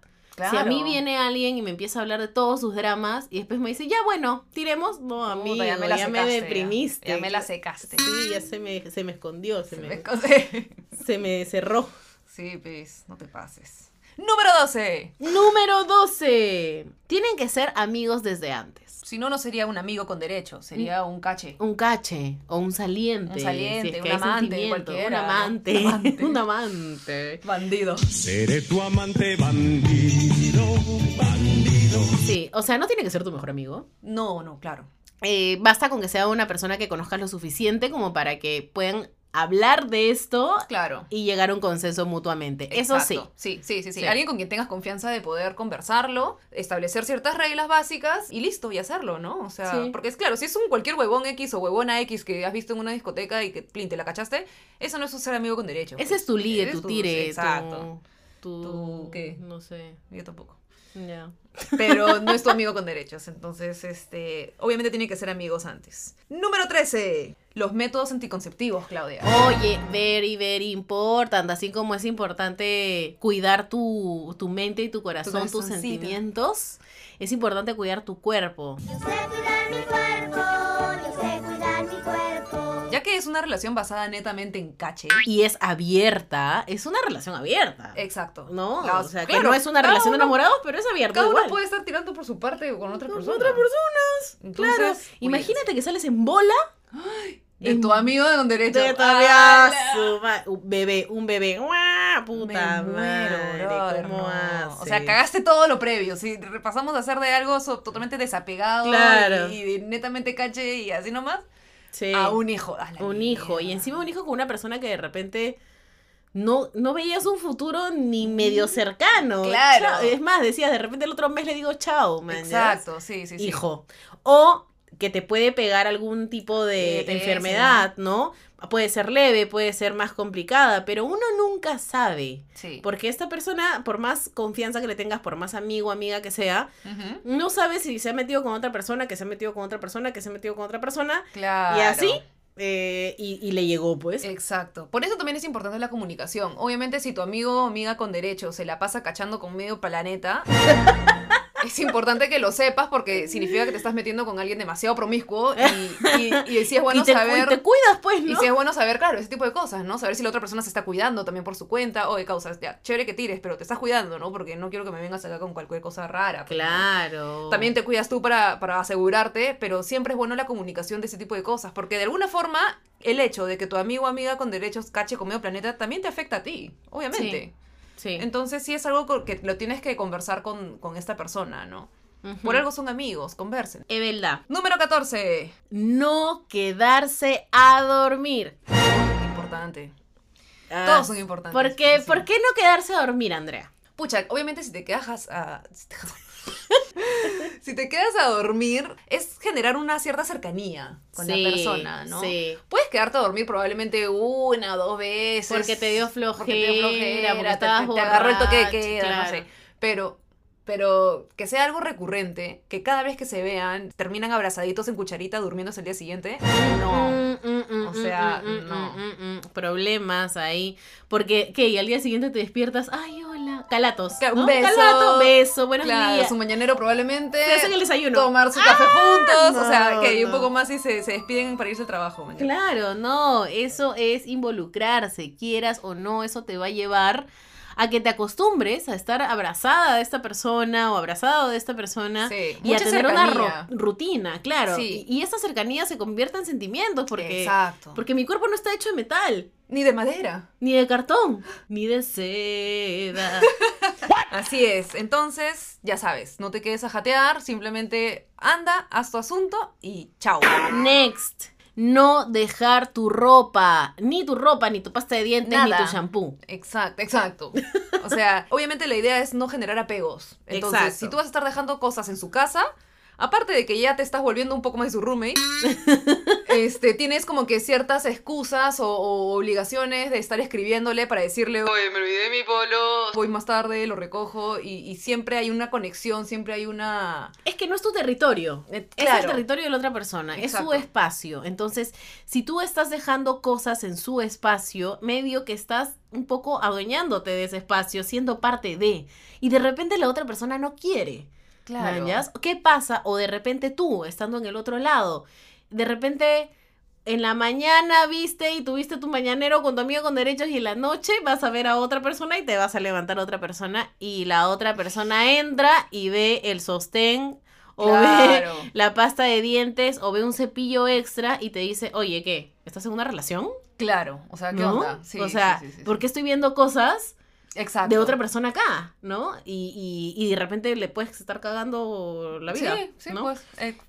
Speaker 3: Si a mí viene alguien y me empieza a hablar de todos sus dramas y después me dice, ya bueno, tiremos, no, a mí ya me,
Speaker 4: secaste,
Speaker 3: deprimiste.
Speaker 4: Ya me la secaste.
Speaker 3: Sí, ya se me, se me escondió,
Speaker 4: Se
Speaker 3: se, me,
Speaker 4: me esconde.
Speaker 3: se me cerró.
Speaker 4: Sí, pues, no te pases. Número 12.
Speaker 3: Número 12. Tienen que ser amigos desde antes.
Speaker 4: Si no, no sería un amigo con derecho, sería un cache.
Speaker 3: Mm. Un cache o un saliente.
Speaker 4: Un saliente,
Speaker 3: si es
Speaker 4: un
Speaker 3: que hay
Speaker 4: amante,
Speaker 3: sentimiento, Un
Speaker 4: cualquiera.
Speaker 3: amante.
Speaker 4: Un amante.
Speaker 3: un amante.
Speaker 4: Bandido.
Speaker 6: Seré tu amante bandido, bandido.
Speaker 3: Sí, o sea, no tiene que ser tu mejor amigo.
Speaker 4: No, no, claro.
Speaker 3: Eh, basta con que sea una persona que conozcas lo suficiente como para que puedan hablar de esto
Speaker 4: Claro.
Speaker 3: y llegar a un consenso mutuamente. Eso sí.
Speaker 4: Exacto. sí. Sí, sí, sí.
Speaker 3: Sí.
Speaker 4: Alguien con quien tengas confianza de poder conversarlo, establecer ciertas reglas básicas y listo, y hacerlo, ¿no? O sea,
Speaker 3: Sí.
Speaker 4: porque es claro, si es un cualquier huevón X o huevona X que has visto en una discoteca y que plin, te la cachaste, eso no es un ser amigo con derecho.
Speaker 3: Ese es tu ligue,
Speaker 4: Eres
Speaker 3: tu tire,
Speaker 4: Exacto.
Speaker 3: tu...
Speaker 4: Tu- ¿qué?
Speaker 3: No sé.
Speaker 4: Yo tampoco.
Speaker 3: Ya.
Speaker 4: Pero no es tu amigo con derechos. Entonces, este. Obviamente tienen que ser amigos antes. Número 13. Los métodos anticonceptivos, Claudia.
Speaker 3: Oye, very, very important. Así como es importante cuidar tu, tu mente y tu corazón, tus
Speaker 4: corazoncito.
Speaker 3: sentimientos, es importante cuidar tu cuerpo.
Speaker 7: Yo sé cuidar mi cuerpo, yo sé cuidar mi
Speaker 3: Oh.
Speaker 7: cuerpo.
Speaker 4: Ya que es una relación basada netamente en caché.
Speaker 3: Y es abierta, es una relación abierta.
Speaker 4: Exacto.
Speaker 3: No,
Speaker 4: Claro,
Speaker 3: o sea, que
Speaker 4: claro,
Speaker 3: no es una
Speaker 4: cada
Speaker 3: relación de
Speaker 4: uno-
Speaker 3: enamorados, pero es abierta
Speaker 4: Cada
Speaker 3: igual.
Speaker 4: uno puede estar tirando por su parte o con otra
Speaker 3: Con
Speaker 4: persona.
Speaker 3: otras
Speaker 4: personas.
Speaker 3: Claro, imagínate que sales en bola
Speaker 4: De
Speaker 3: en-
Speaker 4: tu amigo de con derecho.
Speaker 3: de
Speaker 4: ¡Hala!
Speaker 3: todavía su ma- un bebé, un bebé. ¡Guau! Puta
Speaker 4: Me
Speaker 3: madre,
Speaker 4: muero, brother,
Speaker 3: ¿cómo
Speaker 4: no.
Speaker 3: haces?
Speaker 4: O sea, cagaste todo lo previo. Si repasamos a hacer de algo so- totalmente desapegado
Speaker 3: Claro.
Speaker 4: y, de netamente caché y así nomás,
Speaker 3: Sí.
Speaker 4: a un hijo. A la
Speaker 3: un hijo. Y
Speaker 4: mierda.
Speaker 3: encima un hijo con una persona que de repente no, no veías un futuro ni medio cercano.
Speaker 4: Claro.
Speaker 3: Chao. Es más, decías, de repente el otro mes le digo chao, man, ¿ya?
Speaker 4: Exacto, sí, sí, sí.
Speaker 3: Hijo. O que te puede pegar algún tipo de
Speaker 4: ETS,
Speaker 3: enfermedad, ¿no? Puede ser leve, puede ser más complicada, pero uno nunca sabe.
Speaker 4: Sí.
Speaker 3: Porque esta persona, por más confianza que le tengas, por más amigo, amiga que sea,
Speaker 4: Ujú.
Speaker 3: no sabe si se ha metido con otra persona, que se ha metido con otra persona, que se ha metido con otra persona,
Speaker 4: Claro.
Speaker 3: y así, eh, y, y le llegó, pues.
Speaker 4: Exacto. Por eso también es importante la comunicación. Obviamente, si tu amigo o amiga con derecho se la pasa cachando con medio planeta, es importante que lo sepas porque significa que te estás metiendo con alguien demasiado promiscuo y, y, y si es bueno
Speaker 3: y te, cu-
Speaker 4: saber.
Speaker 3: te cuidas, pues,
Speaker 4: Y
Speaker 3: ¿no?
Speaker 4: si es bueno saber, claro, ese tipo de cosas, ¿no? Saber si la otra persona se está cuidando también por su cuenta o de causas. Ya, chévere que tires, pero te estás cuidando, ¿no? Porque no quiero que me vengas acá con cualquier cosa rara. pues, ¿no?
Speaker 3: Claro.
Speaker 4: También te cuidas tú para, para asegurarte, pero siempre es bueno la comunicación de ese tipo de cosas, porque de alguna forma el hecho de que tu amigo o amiga con derechos cache con medio planeta también te afecta a ti, obviamente.
Speaker 3: Sí.
Speaker 4: Entonces sí es algo co- que lo tienes que conversar con, con esta persona, ¿no?
Speaker 3: Ujú.
Speaker 4: Por algo son amigos, conversen.
Speaker 3: Es verdad.
Speaker 4: Número 14.
Speaker 3: No quedarse a dormir.
Speaker 4: Importante.
Speaker 3: Ah,
Speaker 4: Todos son importantes.
Speaker 3: ¿Por qué,
Speaker 4: sí.
Speaker 3: ¿Por qué no quedarse a dormir, Andrea?
Speaker 4: Pucha, obviamente si te quedas a... Si te, si te quedas a dormir, es generar una cierta cercanía con
Speaker 3: Sí,
Speaker 4: la persona, ¿no?
Speaker 3: Sí.
Speaker 4: Puedes quedarte a dormir probabamente una o dos veces.
Speaker 3: Porque te dio flojera,
Speaker 4: Porque te dio flojera,
Speaker 3: porque
Speaker 4: porque te,
Speaker 3: estabas
Speaker 4: te agarró el toque de
Speaker 3: borracho,
Speaker 4: queda, no
Speaker 3: claro.
Speaker 4: sé. Pero, pero que sea algo recurrente, que cada vez que se vean terminan abrazaditos en cucharita durmiéndose el día siguiente. No.
Speaker 3: Mm, mm, mm,
Speaker 4: O
Speaker 3: mm,
Speaker 4: sea,
Speaker 3: mm, mm,
Speaker 4: no.
Speaker 3: mm, mm, mm. Problemas ahí. Porque, ¿qué? Y al día siguiente te despiertas. Ay, hola. Calatos.
Speaker 4: Claro, un
Speaker 3: ¿no?
Speaker 4: beso.
Speaker 3: Calato, beso. Buenos
Speaker 4: Claro,
Speaker 3: días.
Speaker 4: su mañanero probablemente.
Speaker 3: Se hacen el desayuno. Ah,
Speaker 4: Tomar su café juntos. o sea,
Speaker 3: no,
Speaker 4: que hay un
Speaker 3: no.
Speaker 4: poco más y se, se despiden para irse al trabajo. mañana.
Speaker 3: Claro, no, eso es involucrarse, quieras o no, eso te va a llevar a que te acostumbres a estar abrazada de esta persona o abrazado de esta persona
Speaker 4: Sí,
Speaker 3: y a
Speaker 4: mucha
Speaker 3: tener una
Speaker 4: cercanía.
Speaker 3: ru- rutina, claro.
Speaker 4: Sí.
Speaker 3: Y, y esa cercanía se convierte en sentimientos porque,
Speaker 4: Exacto.
Speaker 3: porque mi cuerpo no está hecho de metal,
Speaker 4: Ni de madera.
Speaker 3: ni de cartón, ni de seda.
Speaker 4: Así es. Entonces, ya sabes, no te quedes a jatear, simplemente anda, haz tu asunto y chao.
Speaker 3: Next, no dejar tu ropa, ni tu ropa, ni tu pasta de dientes, ni
Speaker 4: Nada.
Speaker 3: tu shampoo.
Speaker 4: Exacto, exacto. O sea, obviamente la idea es no generar apegos. Entonces,
Speaker 3: Exacto.
Speaker 4: si tú vas a estar dejando cosas en su casa, aparte de que ya te estás volviendo un poco más su roommate, este, tienes como que ciertas excusas o, o obligaciones de estar escribiéndole para decirle,
Speaker 5: Oye, me olvidé mi polo.
Speaker 4: voy más tarde, lo recojo, y, y siempre hay una conexión, siempre hay una...
Speaker 3: Es que no es tu territorio.
Speaker 4: Eh,
Speaker 3: Es el
Speaker 4: claro.
Speaker 3: territorio de la otra persona, es
Speaker 4: Exacto.
Speaker 3: su espacio. Entonces, si tú estás dejando cosas en su espacio, medio que estás un poco adueñándote de ese espacio, siendo parte de. Y de repente la otra persona no quiere. ¿Mañas? ¿Qué pasa? O de repente tú, estando en el otro lado, de repente en la mañana viste y tuviste tu mañanero con tu amigo con derechos y en la noche vas a ver a otra persona y te vas a levantar a otra persona y la otra persona entra y ve el sostén o ve
Speaker 4: Claro.
Speaker 3: la pasta de dientes o ve un cepillo extra y te dice, oye, ¿qué? ¿Estás en una relación?
Speaker 4: Claro, o sea, Ah, ¿qué
Speaker 3: ¿No?
Speaker 4: onda? Sí,
Speaker 3: o
Speaker 4: sí,
Speaker 3: sea,
Speaker 4: sí, sí, sí.
Speaker 3: ¿por qué estoy viendo cosas
Speaker 4: Exacto.
Speaker 3: de otra persona acá, ¿no? Y, y- y de repente le puedes estar cagando la vida.
Speaker 4: Sí, sí,
Speaker 3: ¿no?
Speaker 4: pues,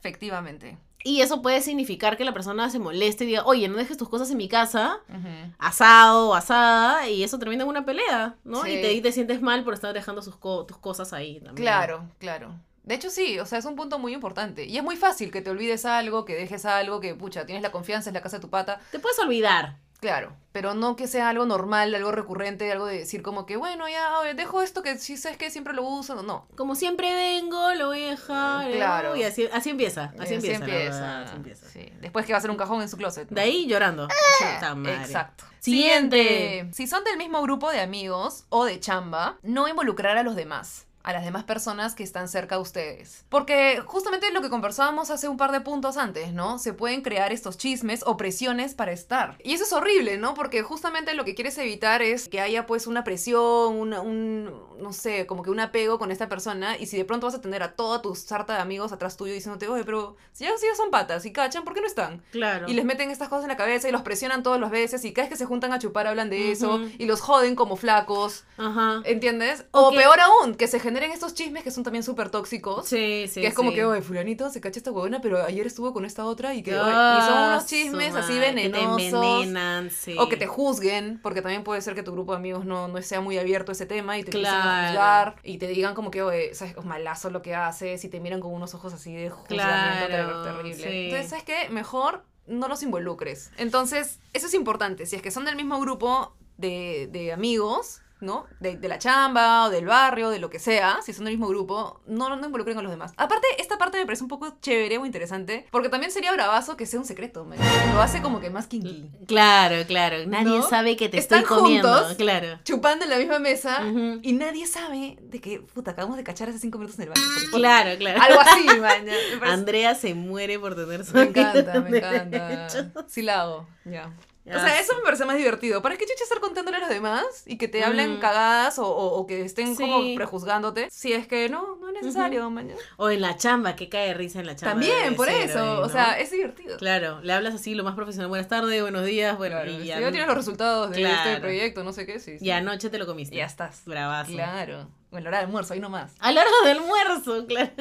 Speaker 4: efectivamente.
Speaker 3: Y eso puede significar que la persona se moleste y diga, oye, no dejes tus cosas en mi casa,
Speaker 4: Ujú.
Speaker 3: asado, asada, y eso termina en una pelea, ¿no?
Speaker 4: Sí.
Speaker 3: Y, te, y te sientes mal por estar dejando sus co- tus cosas ahí también.
Speaker 4: Claro, claro. De hecho, sí, o sea, es un punto muy importante. Y es muy fácil que te olvides algo, que dejes algo, que, pucha, tienes la confianza, es la casa de tu pata.
Speaker 3: Te puedes olvidar.
Speaker 4: Claro, pero no que sea algo normal, algo recurrente, algo de decir como que, bueno, ya, oye, dejo esto que sí sabes que siempre lo uso. No, no.
Speaker 3: Como siempre vengo, lo voy a dejar. eh,
Speaker 4: Claro.
Speaker 3: Y así, así empieza. Así
Speaker 4: Eh,
Speaker 3: empieza. la
Speaker 4: empieza.
Speaker 3: verdad, así empieza.
Speaker 4: Sí. Después que va a ser un cajón en su closet. ¿no?
Speaker 3: De ahí llorando.
Speaker 4: Sí,
Speaker 3: Puta madre.
Speaker 4: Exacto.
Speaker 3: Siguiente.
Speaker 4: Si son del mismo grupo de amigos o de chamba, no involucrar a los demás, a las demás personas que están cerca de ustedes. Porque justamente lo que conversábamos hace un par de puntos antes, ¿no? Se pueden crear estos chismes o presiones para estar. Y eso es horrible, ¿no? Porque justamente lo que quieres evitar es que haya pues una presión, una- un, no sé, como que un apego con esta persona. Y si de pronto vas a tener a toda tu sarta de amigos atrás tuyo diciéndote, oye, pero si ya, si ya son patas y cachan, ¿por qué no están?
Speaker 3: Claro.
Speaker 4: Y les meten estas cosas en la cabeza y los presionan todas las veces y cada vez que se juntan a chupar hablan de eso
Speaker 3: Ujú. Ah.
Speaker 4: y los joden como flacos,
Speaker 3: Ajá.
Speaker 4: ¿entiendes?
Speaker 3: O
Speaker 4: O
Speaker 3: que-
Speaker 4: peor aún, que se generen estos chismes que son también súper tóxicos.
Speaker 3: Sí, sí.
Speaker 4: que es como
Speaker 3: sí.
Speaker 4: que, oye, fulanito se cacha esta huevona, pero ayer estuvo con esta otra y que, oye", y son
Speaker 3: Ah,
Speaker 4: unos
Speaker 3: su
Speaker 4: chismes así
Speaker 3: madre, que te
Speaker 4: venenosos.
Speaker 3: envenenan, sí.
Speaker 4: O que te juzguen, porque también puede ser que tu grupo de amigos no, no sea muy abierto a ese tema y te empiecen
Speaker 3: Claro.
Speaker 4: a juzgar y te digan como que, oye, sabes, es malazo lo que haces y te miran con unos ojos así de juzgamiento
Speaker 3: Claro,
Speaker 4: ter- terrible.
Speaker 3: sí.
Speaker 4: Entonces, ¿sabes qué? Mejor no los involucres. Entonces, eso es importante. Si es que son del mismo grupo de, de amigos, ¿no? De, de la chamba o del barrio, de lo que sea, si son del mismo grupo, no, no involucren a los demás. Aparte, esta parte me parece un poco chévere o interesante, porque también sería bravazo que sea un secreto, man. Lo hace como que más kinky.
Speaker 3: Claro, claro. Nadie
Speaker 4: ¿No?
Speaker 3: sabe que te
Speaker 4: Están
Speaker 3: estoy comiendo.
Speaker 4: juntos.
Speaker 3: Claro.
Speaker 4: chupando en la misma mesa
Speaker 3: Ujú.
Speaker 4: y nadie sabe de que, puta, acabamos de cachar hace cinco minutos en el baño. por ejemplo.
Speaker 3: Claro, claro.
Speaker 4: Algo así, man. ya, Me, parece-
Speaker 3: Andrea se muere por tener su
Speaker 4: me encanta, me
Speaker 3: amigo de derecho.
Speaker 4: encanta. Sí la hago, ya. O
Speaker 3: Ah,
Speaker 4: sea, eso me parece más divertido. ¿Para qué chucha estar contándole a los demás y que te hablen
Speaker 3: Mm.
Speaker 4: cagadas o, o- o que estén
Speaker 3: Sí.
Speaker 4: como prejuzgándote? Si es que no, no es necesario, man, ya.
Speaker 3: O en la chamba, que cae de risa en la chamba.
Speaker 4: También,
Speaker 3: de
Speaker 4: por
Speaker 3: eh, cero,
Speaker 4: eso.
Speaker 3: ¿no?
Speaker 4: O sea, es divertido.
Speaker 3: Claro, le hablas así lo más profesional. Buenas tardes, buenos días, bueno,
Speaker 4: Claro,
Speaker 3: y
Speaker 4: si
Speaker 3: ya.
Speaker 4: ya tienes los resultados de
Speaker 3: Claro.
Speaker 4: este proyecto, no sé qué, sí. sí.
Speaker 3: Y anoche te lo comiste.
Speaker 4: Ya estás.
Speaker 3: Bravazo.
Speaker 4: Claro. Bueno, hora de almuerzo, ahí nomás.
Speaker 3: A la hora del almuerzo, claro.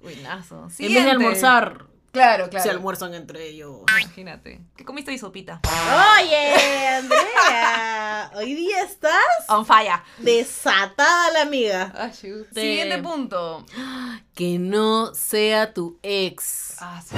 Speaker 4: Buenazo.
Speaker 3: En vez de
Speaker 4: Siguiente.
Speaker 3: almorzar,
Speaker 4: Claro, claro.
Speaker 3: se almuerzan entre ellos.
Speaker 4: Imagínate. ¿Qué comiste hoy, sopita?
Speaker 3: Oye, Andrea, hoy día estás
Speaker 4: On fire. Este,
Speaker 3: desatada la amiga. Sí.
Speaker 4: Siguiente punto.
Speaker 3: Que no sea tu ex.
Speaker 4: Ah, sí.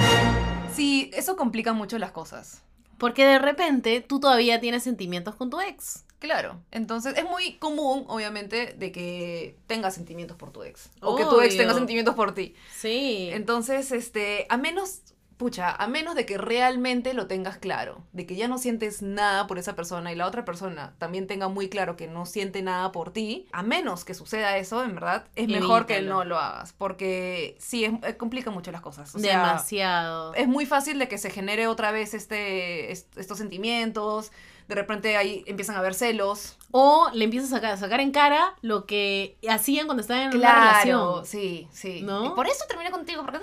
Speaker 4: Sí, eso complica mucho las cosas.
Speaker 3: Porque de repente tú todavía tienes sentimientos con tu ex.
Speaker 4: Claro. Entonces, es muy común, obviamente, de que tengas sentimientos por tu ex. O que tu ex
Speaker 3: Obvio.
Speaker 4: tenga sentimientos por ti.
Speaker 3: Sí.
Speaker 4: Entonces, este, a menos, pucha, a menos de que realmente lo tengas claro, de que ya no sientes nada por esa persona y la otra persona también tenga muy claro que no siente nada por ti, a menos que suceda eso, en verdad, es mejor que
Speaker 3: Evítalo.
Speaker 4: no lo hagas, porque sí, es, eh, complica mucho las cosas. O sea,
Speaker 3: Demasiado.
Speaker 4: es muy fácil de que se genere otra vez este, est- estos sentimientos, de repente ahí empiezan a haber celos.
Speaker 3: O le empiezas a sacar, a sacar en cara lo que hacían cuando estaban en una relación.
Speaker 4: sí, sí.
Speaker 3: ¿No?
Speaker 4: Y por eso terminé contigo, porque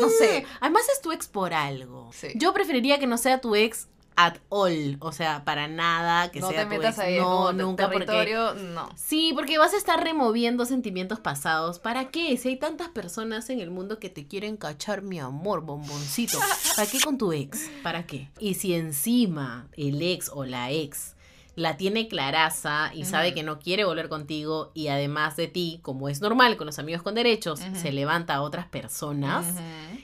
Speaker 4: no sé.
Speaker 3: Además es tu ex por algo.
Speaker 4: Sí.
Speaker 3: Yo preferiría que no sea tu ex at all. O sea, para nada que
Speaker 4: no
Speaker 3: sea
Speaker 4: te
Speaker 3: tu
Speaker 4: metas
Speaker 3: ex.
Speaker 4: ahí.
Speaker 3: no,
Speaker 4: es como
Speaker 3: nunca
Speaker 4: ter-
Speaker 3: porque.
Speaker 4: territorio, no.
Speaker 3: Sí, porque vas a estar removiendo sentimientos pasados. ¿Para qué? Si hay tantas personas en el mundo que te quieren cachar, mi amor, bomboncito. ¿Para qué con tu ex? ¿Para qué? Y si encima el ex o la ex la tiene claraza y sabe
Speaker 4: Ujú.
Speaker 3: que no quiere volver contigo y además de ti, como es normal con los amigos con derechos,
Speaker 4: Ujú.
Speaker 3: se levanta a otras personas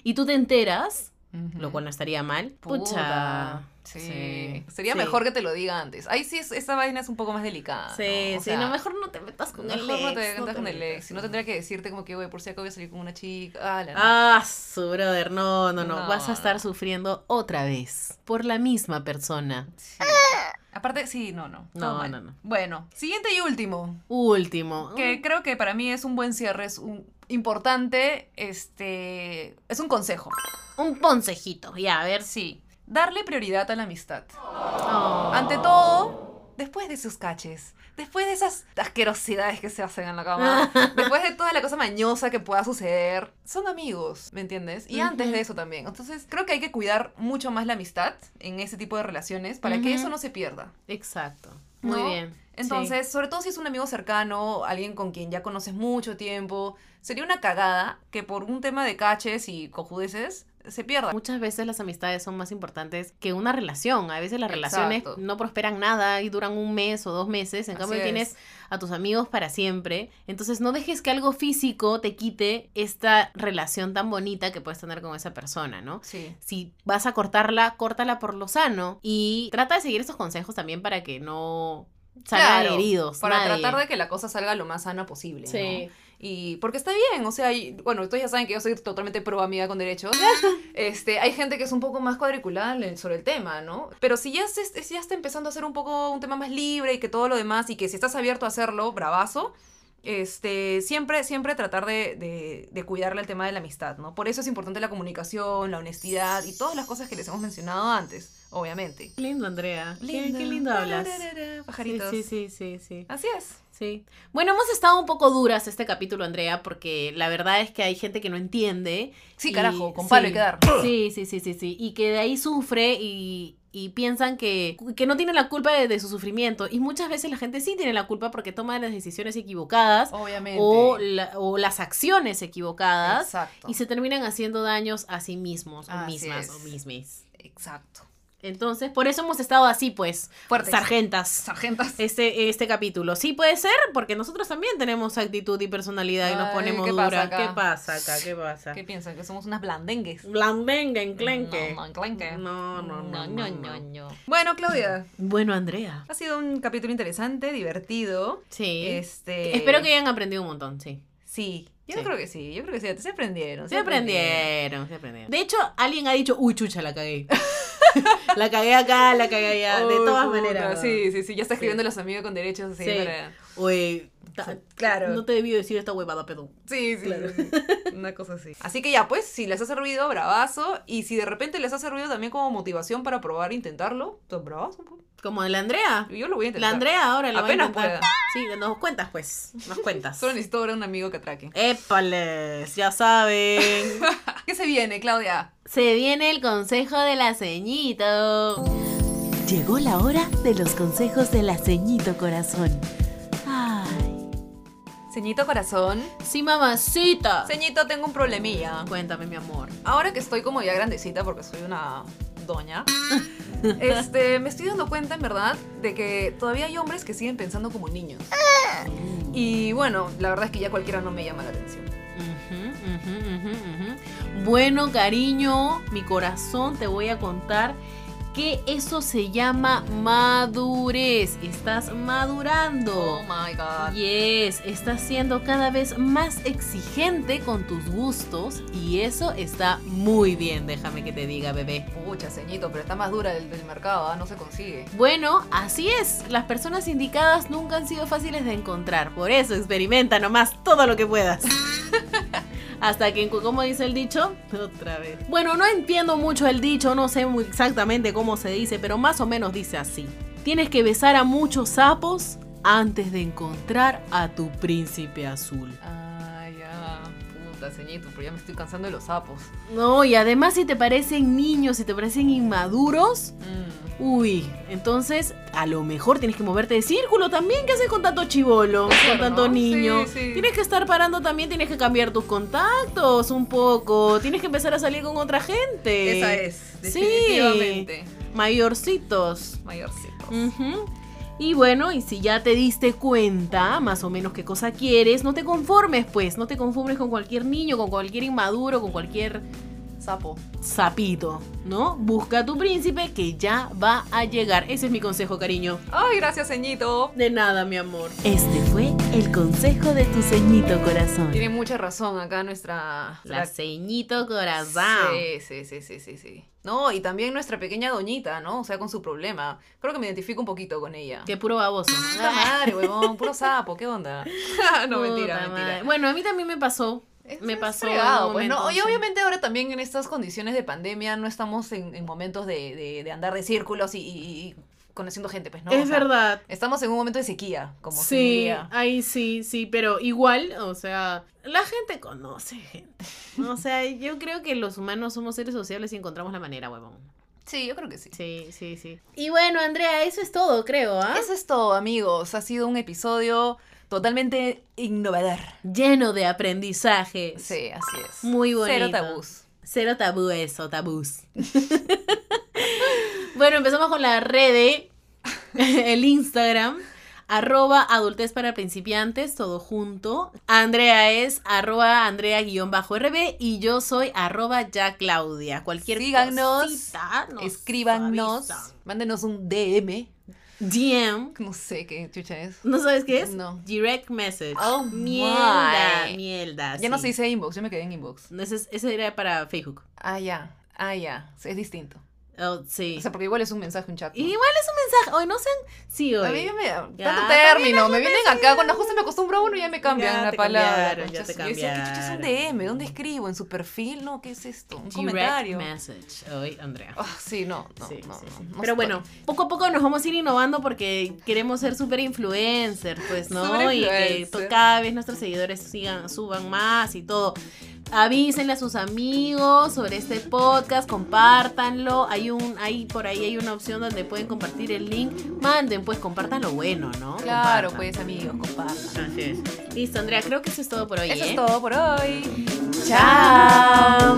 Speaker 3: y tú te enteras, lo cual no estaría mal.
Speaker 4: Puta. Sí. Sería
Speaker 3: sí.
Speaker 4: mejor que te lo diga antes. Ahí sí, es- esa vaina es un poco más delicada.
Speaker 3: Sí,
Speaker 4: ¿no? O
Speaker 3: sí,
Speaker 4: sea,
Speaker 3: no, mejor no te metas con el
Speaker 4: mejor no te
Speaker 3: ex,
Speaker 4: metas con el
Speaker 3: metas.
Speaker 4: ex. Si no tendría que decirte como que, güey, por si acaso voy a salir con una chica. Ah, la-
Speaker 3: Ah, su brother, no, no, no,
Speaker 4: No,
Speaker 3: vas a estar
Speaker 4: no.
Speaker 3: sufriendo otra vez por la misma persona.
Speaker 4: Sí. Aparte, sí, no, no.
Speaker 3: No,
Speaker 4: todo mal.
Speaker 3: no, no.
Speaker 4: Bueno, siguiente y último,
Speaker 3: Último.
Speaker 4: que creo que para mí es un buen cierre, es un importante, este, es un consejo.
Speaker 3: Un consejito, ya, a ver.
Speaker 4: Sí, darle prioridad a la amistad.
Speaker 3: Oh.
Speaker 4: Ante todo, después de sus caches, después de esas asquerosidades que se hacen en la cama, después de toda la cosa mañosa que pueda suceder, son amigos, ¿me entiendes? Y antes
Speaker 3: Ujú.
Speaker 4: de eso también. Entonces, creo que hay que cuidar mucho más la amistad en ese tipo de relaciones para que
Speaker 3: Ujú.
Speaker 4: eso no se pierda.
Speaker 3: Exacto. Muy
Speaker 4: ¿No?
Speaker 3: bien.
Speaker 4: Entonces, sobre todo si es un amigo cercano, alguien con quien ya conoces mucho tiempo, sería una cagada que por un tema de caches y cojudeces se pierda.
Speaker 3: sí. Muchas veces las amistades son más importantes que una relación. A veces las relaciones
Speaker 4: Exacto.
Speaker 3: no prosperan nada y duran un mes o dos meses. En
Speaker 4: Así
Speaker 3: cambio,
Speaker 4: es.
Speaker 3: tienes a tus amigos para siempre. Entonces, no dejes que algo físico te quite esta relación tan bonita que puedes tener con esa persona, ¿no?
Speaker 4: Sí.
Speaker 3: Si vas a cortarla, córtala por lo sano. Y trata de seguir estos consejos también para que no salgan
Speaker 4: Claro,
Speaker 3: heridos.
Speaker 4: Para tratar de que la cosa salga lo más sana posible. ¿no?
Speaker 3: pues Sí.
Speaker 4: Y porque está bien, o sea, y- bueno, ustedes ya saben que yo soy totalmente pro amiga con derechos. Este, hay gente que es un poco más cuadriculada en- sobre el tema, ¿no? Pero si ya, se, si ya está empezando a ser un poco un tema más libre y que todo lo demás, y que si estás abierto a hacerlo, bravazo. Este, siempre, siempre tratar de, de, de cuidarle el tema de la amistad, ¿no? Por eso es importante la comunicación, la honestidad y todas las cosas que les hemos mencionado antes, obviamente.
Speaker 3: Qué lindo, Andrea. Qué- Qué,
Speaker 4: Linda.
Speaker 3: lindo hablas.
Speaker 4: Tararara,
Speaker 3: Sí,
Speaker 4: Pajaritos.
Speaker 3: sí, sí, sí, sí.
Speaker 4: Así es.
Speaker 3: Sí. Bueno, hemos estado un poco duras este capítulo, Andrea, porque la verdad es que hay gente que no entiende.
Speaker 4: Sí,
Speaker 3: y-
Speaker 4: carajo, con palo
Speaker 3: sí.
Speaker 4: y quedar.
Speaker 3: Sí, sí, sí, sí, sí. Y que de ahí sufre y, y piensan que, que no tienen la culpa de, de su sufrimiento. Y muchas veces la gente sí tiene la culpa porque toma las decisiones equivocadas
Speaker 4: Obviamente.
Speaker 3: o, la- o las acciones equivocadas
Speaker 4: Exacto.
Speaker 3: y se terminan haciendo daños a sí mismos o
Speaker 4: Así
Speaker 3: mismas
Speaker 4: es.
Speaker 3: o mismes.
Speaker 4: Exacto.
Speaker 3: Entonces, por eso hemos estado así, pues,
Speaker 4: Fuertes.
Speaker 3: sargentas
Speaker 4: Sargentas.
Speaker 3: este, este capítulo. Sí puede ser, porque nosotros también tenemos actitud y personalidad y nos
Speaker 4: Ay,
Speaker 3: ponemos
Speaker 4: ¿qué pasa
Speaker 3: duras.
Speaker 4: acá?
Speaker 3: ¿Qué pasa acá? ¿Qué pasa?
Speaker 4: ¿Qué piensan? ¿Que somos unas blandengues?
Speaker 3: Blandengue, enclenque.
Speaker 4: No, no, enclenque.
Speaker 3: No, no, no, no, no.
Speaker 4: Bueno, Claudia,
Speaker 3: Bueno, Andrea.
Speaker 4: ha sido un capítulo interesante, divertido.
Speaker 3: Sí.
Speaker 4: Este...
Speaker 3: Espero que hayan aprendido un montón, sí.
Speaker 4: Sí. Yo
Speaker 3: Sí.
Speaker 4: creo que sí, yo creo que sí. Se aprendieron.
Speaker 3: Se aprendieron, se aprendieron. De hecho, alguien ha dicho, uy, chucha, la cagué. la cagué acá, la cagué allá. de
Speaker 4: Ay,
Speaker 3: todas
Speaker 4: puta,
Speaker 3: maneras.
Speaker 4: Sí, sí, sí. Ya está escribiendo
Speaker 3: Sí.
Speaker 4: los amigos con derechos. así
Speaker 3: Sí.
Speaker 4: para-
Speaker 3: Oye, ta-
Speaker 4: Claro.
Speaker 3: no te debí decir esta huevada, pero
Speaker 4: Sí, sí,
Speaker 3: Claro.
Speaker 4: sí, sí. Una cosa así. Así que ya, pues, si les ha servido, bravazo. Y si de repente les ha servido también como motivación para probar intentarlo, pues bravazo. pues.
Speaker 3: Como de la Andrea.
Speaker 4: Yo lo voy a intentar.
Speaker 3: La Andrea ahora la
Speaker 4: Apenas
Speaker 3: va a intentar.
Speaker 4: pueda.
Speaker 3: Sí, nos cuentas, pues. Nos cuentas.
Speaker 4: Solo necesito ahora un amigo que atraque.
Speaker 3: Épales, ya saben.
Speaker 4: ¿Qué se viene, Claudia?
Speaker 3: Se viene el consejo de la ceñito. Llegó la hora de los consejos de la ceñito corazón. Ay.
Speaker 4: Ceñito corazón.
Speaker 3: Sí, mamacita.
Speaker 4: Ceñito, tengo un problemilla.
Speaker 3: Cuéntame, mi amor.
Speaker 4: Ahora que estoy como ya grandecita porque soy una doña, este, me estoy dando cuenta, en verdad, de que todavía hay hombres que siguen pensando como niños. Y bueno, la verdad es que ya cualquiera no me llama la atención.
Speaker 3: Ujú, ujú, ujú, ujú. Bueno, cariño, mi corazón, te voy a contar que eso se llama madurez. Estás madurando.
Speaker 4: Oh my god.
Speaker 3: Yes, estás siendo cada vez más exigente con tus gustos y eso está muy bien, déjame que te diga, bebé.
Speaker 4: Pucha, ceñito, pero está más dura del, del mercado, ¿ah? no se consigue.
Speaker 3: Bueno, así es, las personas indicadas nunca han sido fáciles de encontrar, por eso experimenta nomás todo lo que puedas. Hasta que, encu- ¿cómo dice el dicho? Otra vez. Bueno, no entiendo mucho el dicho, no sé muy exactamente cómo se dice, pero más o menos dice así. Tienes que besar a muchos sapos antes de encontrar a tu príncipe azul.
Speaker 4: Ah, ya. Puta, ceñito, pero ya me estoy cansando de los sapos.
Speaker 3: No, y además si te parecen niños, si te parecen inmaduros,
Speaker 4: Mm.
Speaker 3: uy, entonces a lo mejor tienes que moverte de círculo también. ¿Qué haces con tanto chivolo? Con
Speaker 4: Claro,
Speaker 3: tanto
Speaker 4: ¿no?
Speaker 3: niño.
Speaker 4: Sí, sí.
Speaker 3: Tienes que estar parando también, tienes que cambiar tus contactos un poco. Tienes que empezar a salir con otra gente.
Speaker 4: Esa es,
Speaker 3: sí.
Speaker 4: definitivamente.
Speaker 3: Mayorcitos.
Speaker 4: Mayorcitos.
Speaker 3: Ujú. Y bueno, y si ya te diste cuenta más o menos qué cosa quieres, no te conformes pues, no te conformes con cualquier niño, con cualquier inmaduro, con cualquier
Speaker 4: Sapo.
Speaker 3: sapito, ¿no? Busca a tu príncipe que ya va a llegar. Ese es mi consejo, cariño.
Speaker 4: Ay, gracias, ceñito.
Speaker 3: De nada, mi amor.
Speaker 8: Este fue el consejo de tu ceñito corazón.
Speaker 4: Tiene mucha razón acá nuestra...
Speaker 3: La ceñito corazón.
Speaker 4: Sí, sí, sí, sí, sí, sí. No, y también nuestra pequeña doñita, ¿no? O sea, con su problema. Creo que me identifico un poquito con ella.
Speaker 3: Qué puro baboso. Ah,
Speaker 4: Puta madre, huevón, puro sapo, ¿qué onda? no, mentira,
Speaker 3: Puta madre.
Speaker 4: mentira.
Speaker 3: Bueno, a mí también me pasó.
Speaker 4: Es-
Speaker 3: me
Speaker 4: es
Speaker 3: pasó
Speaker 4: fregado,
Speaker 3: un
Speaker 4: pues, ¿no?
Speaker 3: momento,
Speaker 4: Y
Speaker 3: sí.
Speaker 4: obviamente ahora también en estas condiciones de pandemia no estamos en, en momentos de, de- de andar de círculos y, y- y conociendo gente, pues, ¿no? O
Speaker 3: es
Speaker 4: sea,
Speaker 3: verdad.
Speaker 4: Estamos en un momento de sequía, como se
Speaker 3: Sí,
Speaker 4: diría.
Speaker 3: ahí sí, sí, pero igual, o sea, la gente conoce gente. O sea, yo creo que los humanos somos seres sociales y encontramos la manera, huevón.
Speaker 4: Sí, yo creo que sí.
Speaker 3: Sí, sí, sí. Y bueno, Andrea, eso es todo, creo, ¿ah?
Speaker 4: Eso es todo, amigos. Ha sido un episodio totalmente innovador.
Speaker 3: Lleno de aprendizaje.
Speaker 4: Sí, así es.
Speaker 3: Muy bonito.
Speaker 4: Cero tabús.
Speaker 3: Cero tabú eso, tabús. bueno, empezamos con la red, de- el Instagram, arroba adultez para principiantes, todo junto. Andrea es arroba andrea-rb y yo soy arroba ya Claudia. Cualquier
Speaker 4: Síganos,
Speaker 3: cosita nos
Speaker 4: Escríbanos,
Speaker 3: avisan.
Speaker 4: mándenos un DM.
Speaker 3: DM.
Speaker 4: No sé qué chucha es.
Speaker 3: ¿No sabes qué es?
Speaker 4: No.
Speaker 3: Direct message.
Speaker 4: Oh,
Speaker 3: mierda,
Speaker 4: my.
Speaker 3: mierda.
Speaker 4: Ya no
Speaker 3: sí.
Speaker 4: se dice inbox, yo me quedé en inbox.
Speaker 3: No, Ese, es- ese era para Facebook.
Speaker 4: Ah, ya, ah, ya. Sí, Es distinto.
Speaker 3: Oh, sí.
Speaker 4: O sea, porque igual es un mensaje, un chat. ¿no?
Speaker 3: Y Igual es un mensaje. Hoy no sean. Sí, hoy.
Speaker 4: A mí me
Speaker 3: Ya,
Speaker 4: tanto
Speaker 3: también
Speaker 4: término, me vienen acá, cuando justo me acostumbro a uno ya me cambian
Speaker 3: Ya
Speaker 4: la
Speaker 3: te
Speaker 4: palabra.
Speaker 3: cambiaron, ya
Speaker 4: conchas.
Speaker 3: te
Speaker 4: Yo decía, ¿qué chucha es un
Speaker 3: cambiaron.
Speaker 4: DM? ¿Dónde escribo? ¿En su perfil? No, ¿qué es esto? Un
Speaker 3: Direct
Speaker 4: comentario.
Speaker 3: message. Hoy, Andrea.
Speaker 4: Ah, sí, no, no,
Speaker 3: Sí,
Speaker 4: no,
Speaker 3: sí,
Speaker 4: no,
Speaker 3: sí.
Speaker 4: no
Speaker 3: Pero
Speaker 4: estoy.
Speaker 3: bueno, poco a poco nos vamos a ir innovando porque queremos ser super influencers, pues, ¿no? Y que to-
Speaker 4: Superinfluencer.
Speaker 3: cada vez nuestros seguidores sigan, suban más y todo. Avísenle a sus amigos sobre este podcast, compártanlo. Hay un, ahí por ahí hay una opción donde pueden compartir el link. Manden, pues compartan lo bueno, ¿no?
Speaker 4: Claro,
Speaker 3: Compartan.
Speaker 4: pues amigos, compartan.
Speaker 3: ¿eh? Así es. Listo, Andrea, creo que eso es todo por hoy.
Speaker 4: Eso
Speaker 3: ¿eh?
Speaker 4: es todo por hoy.
Speaker 3: Chao.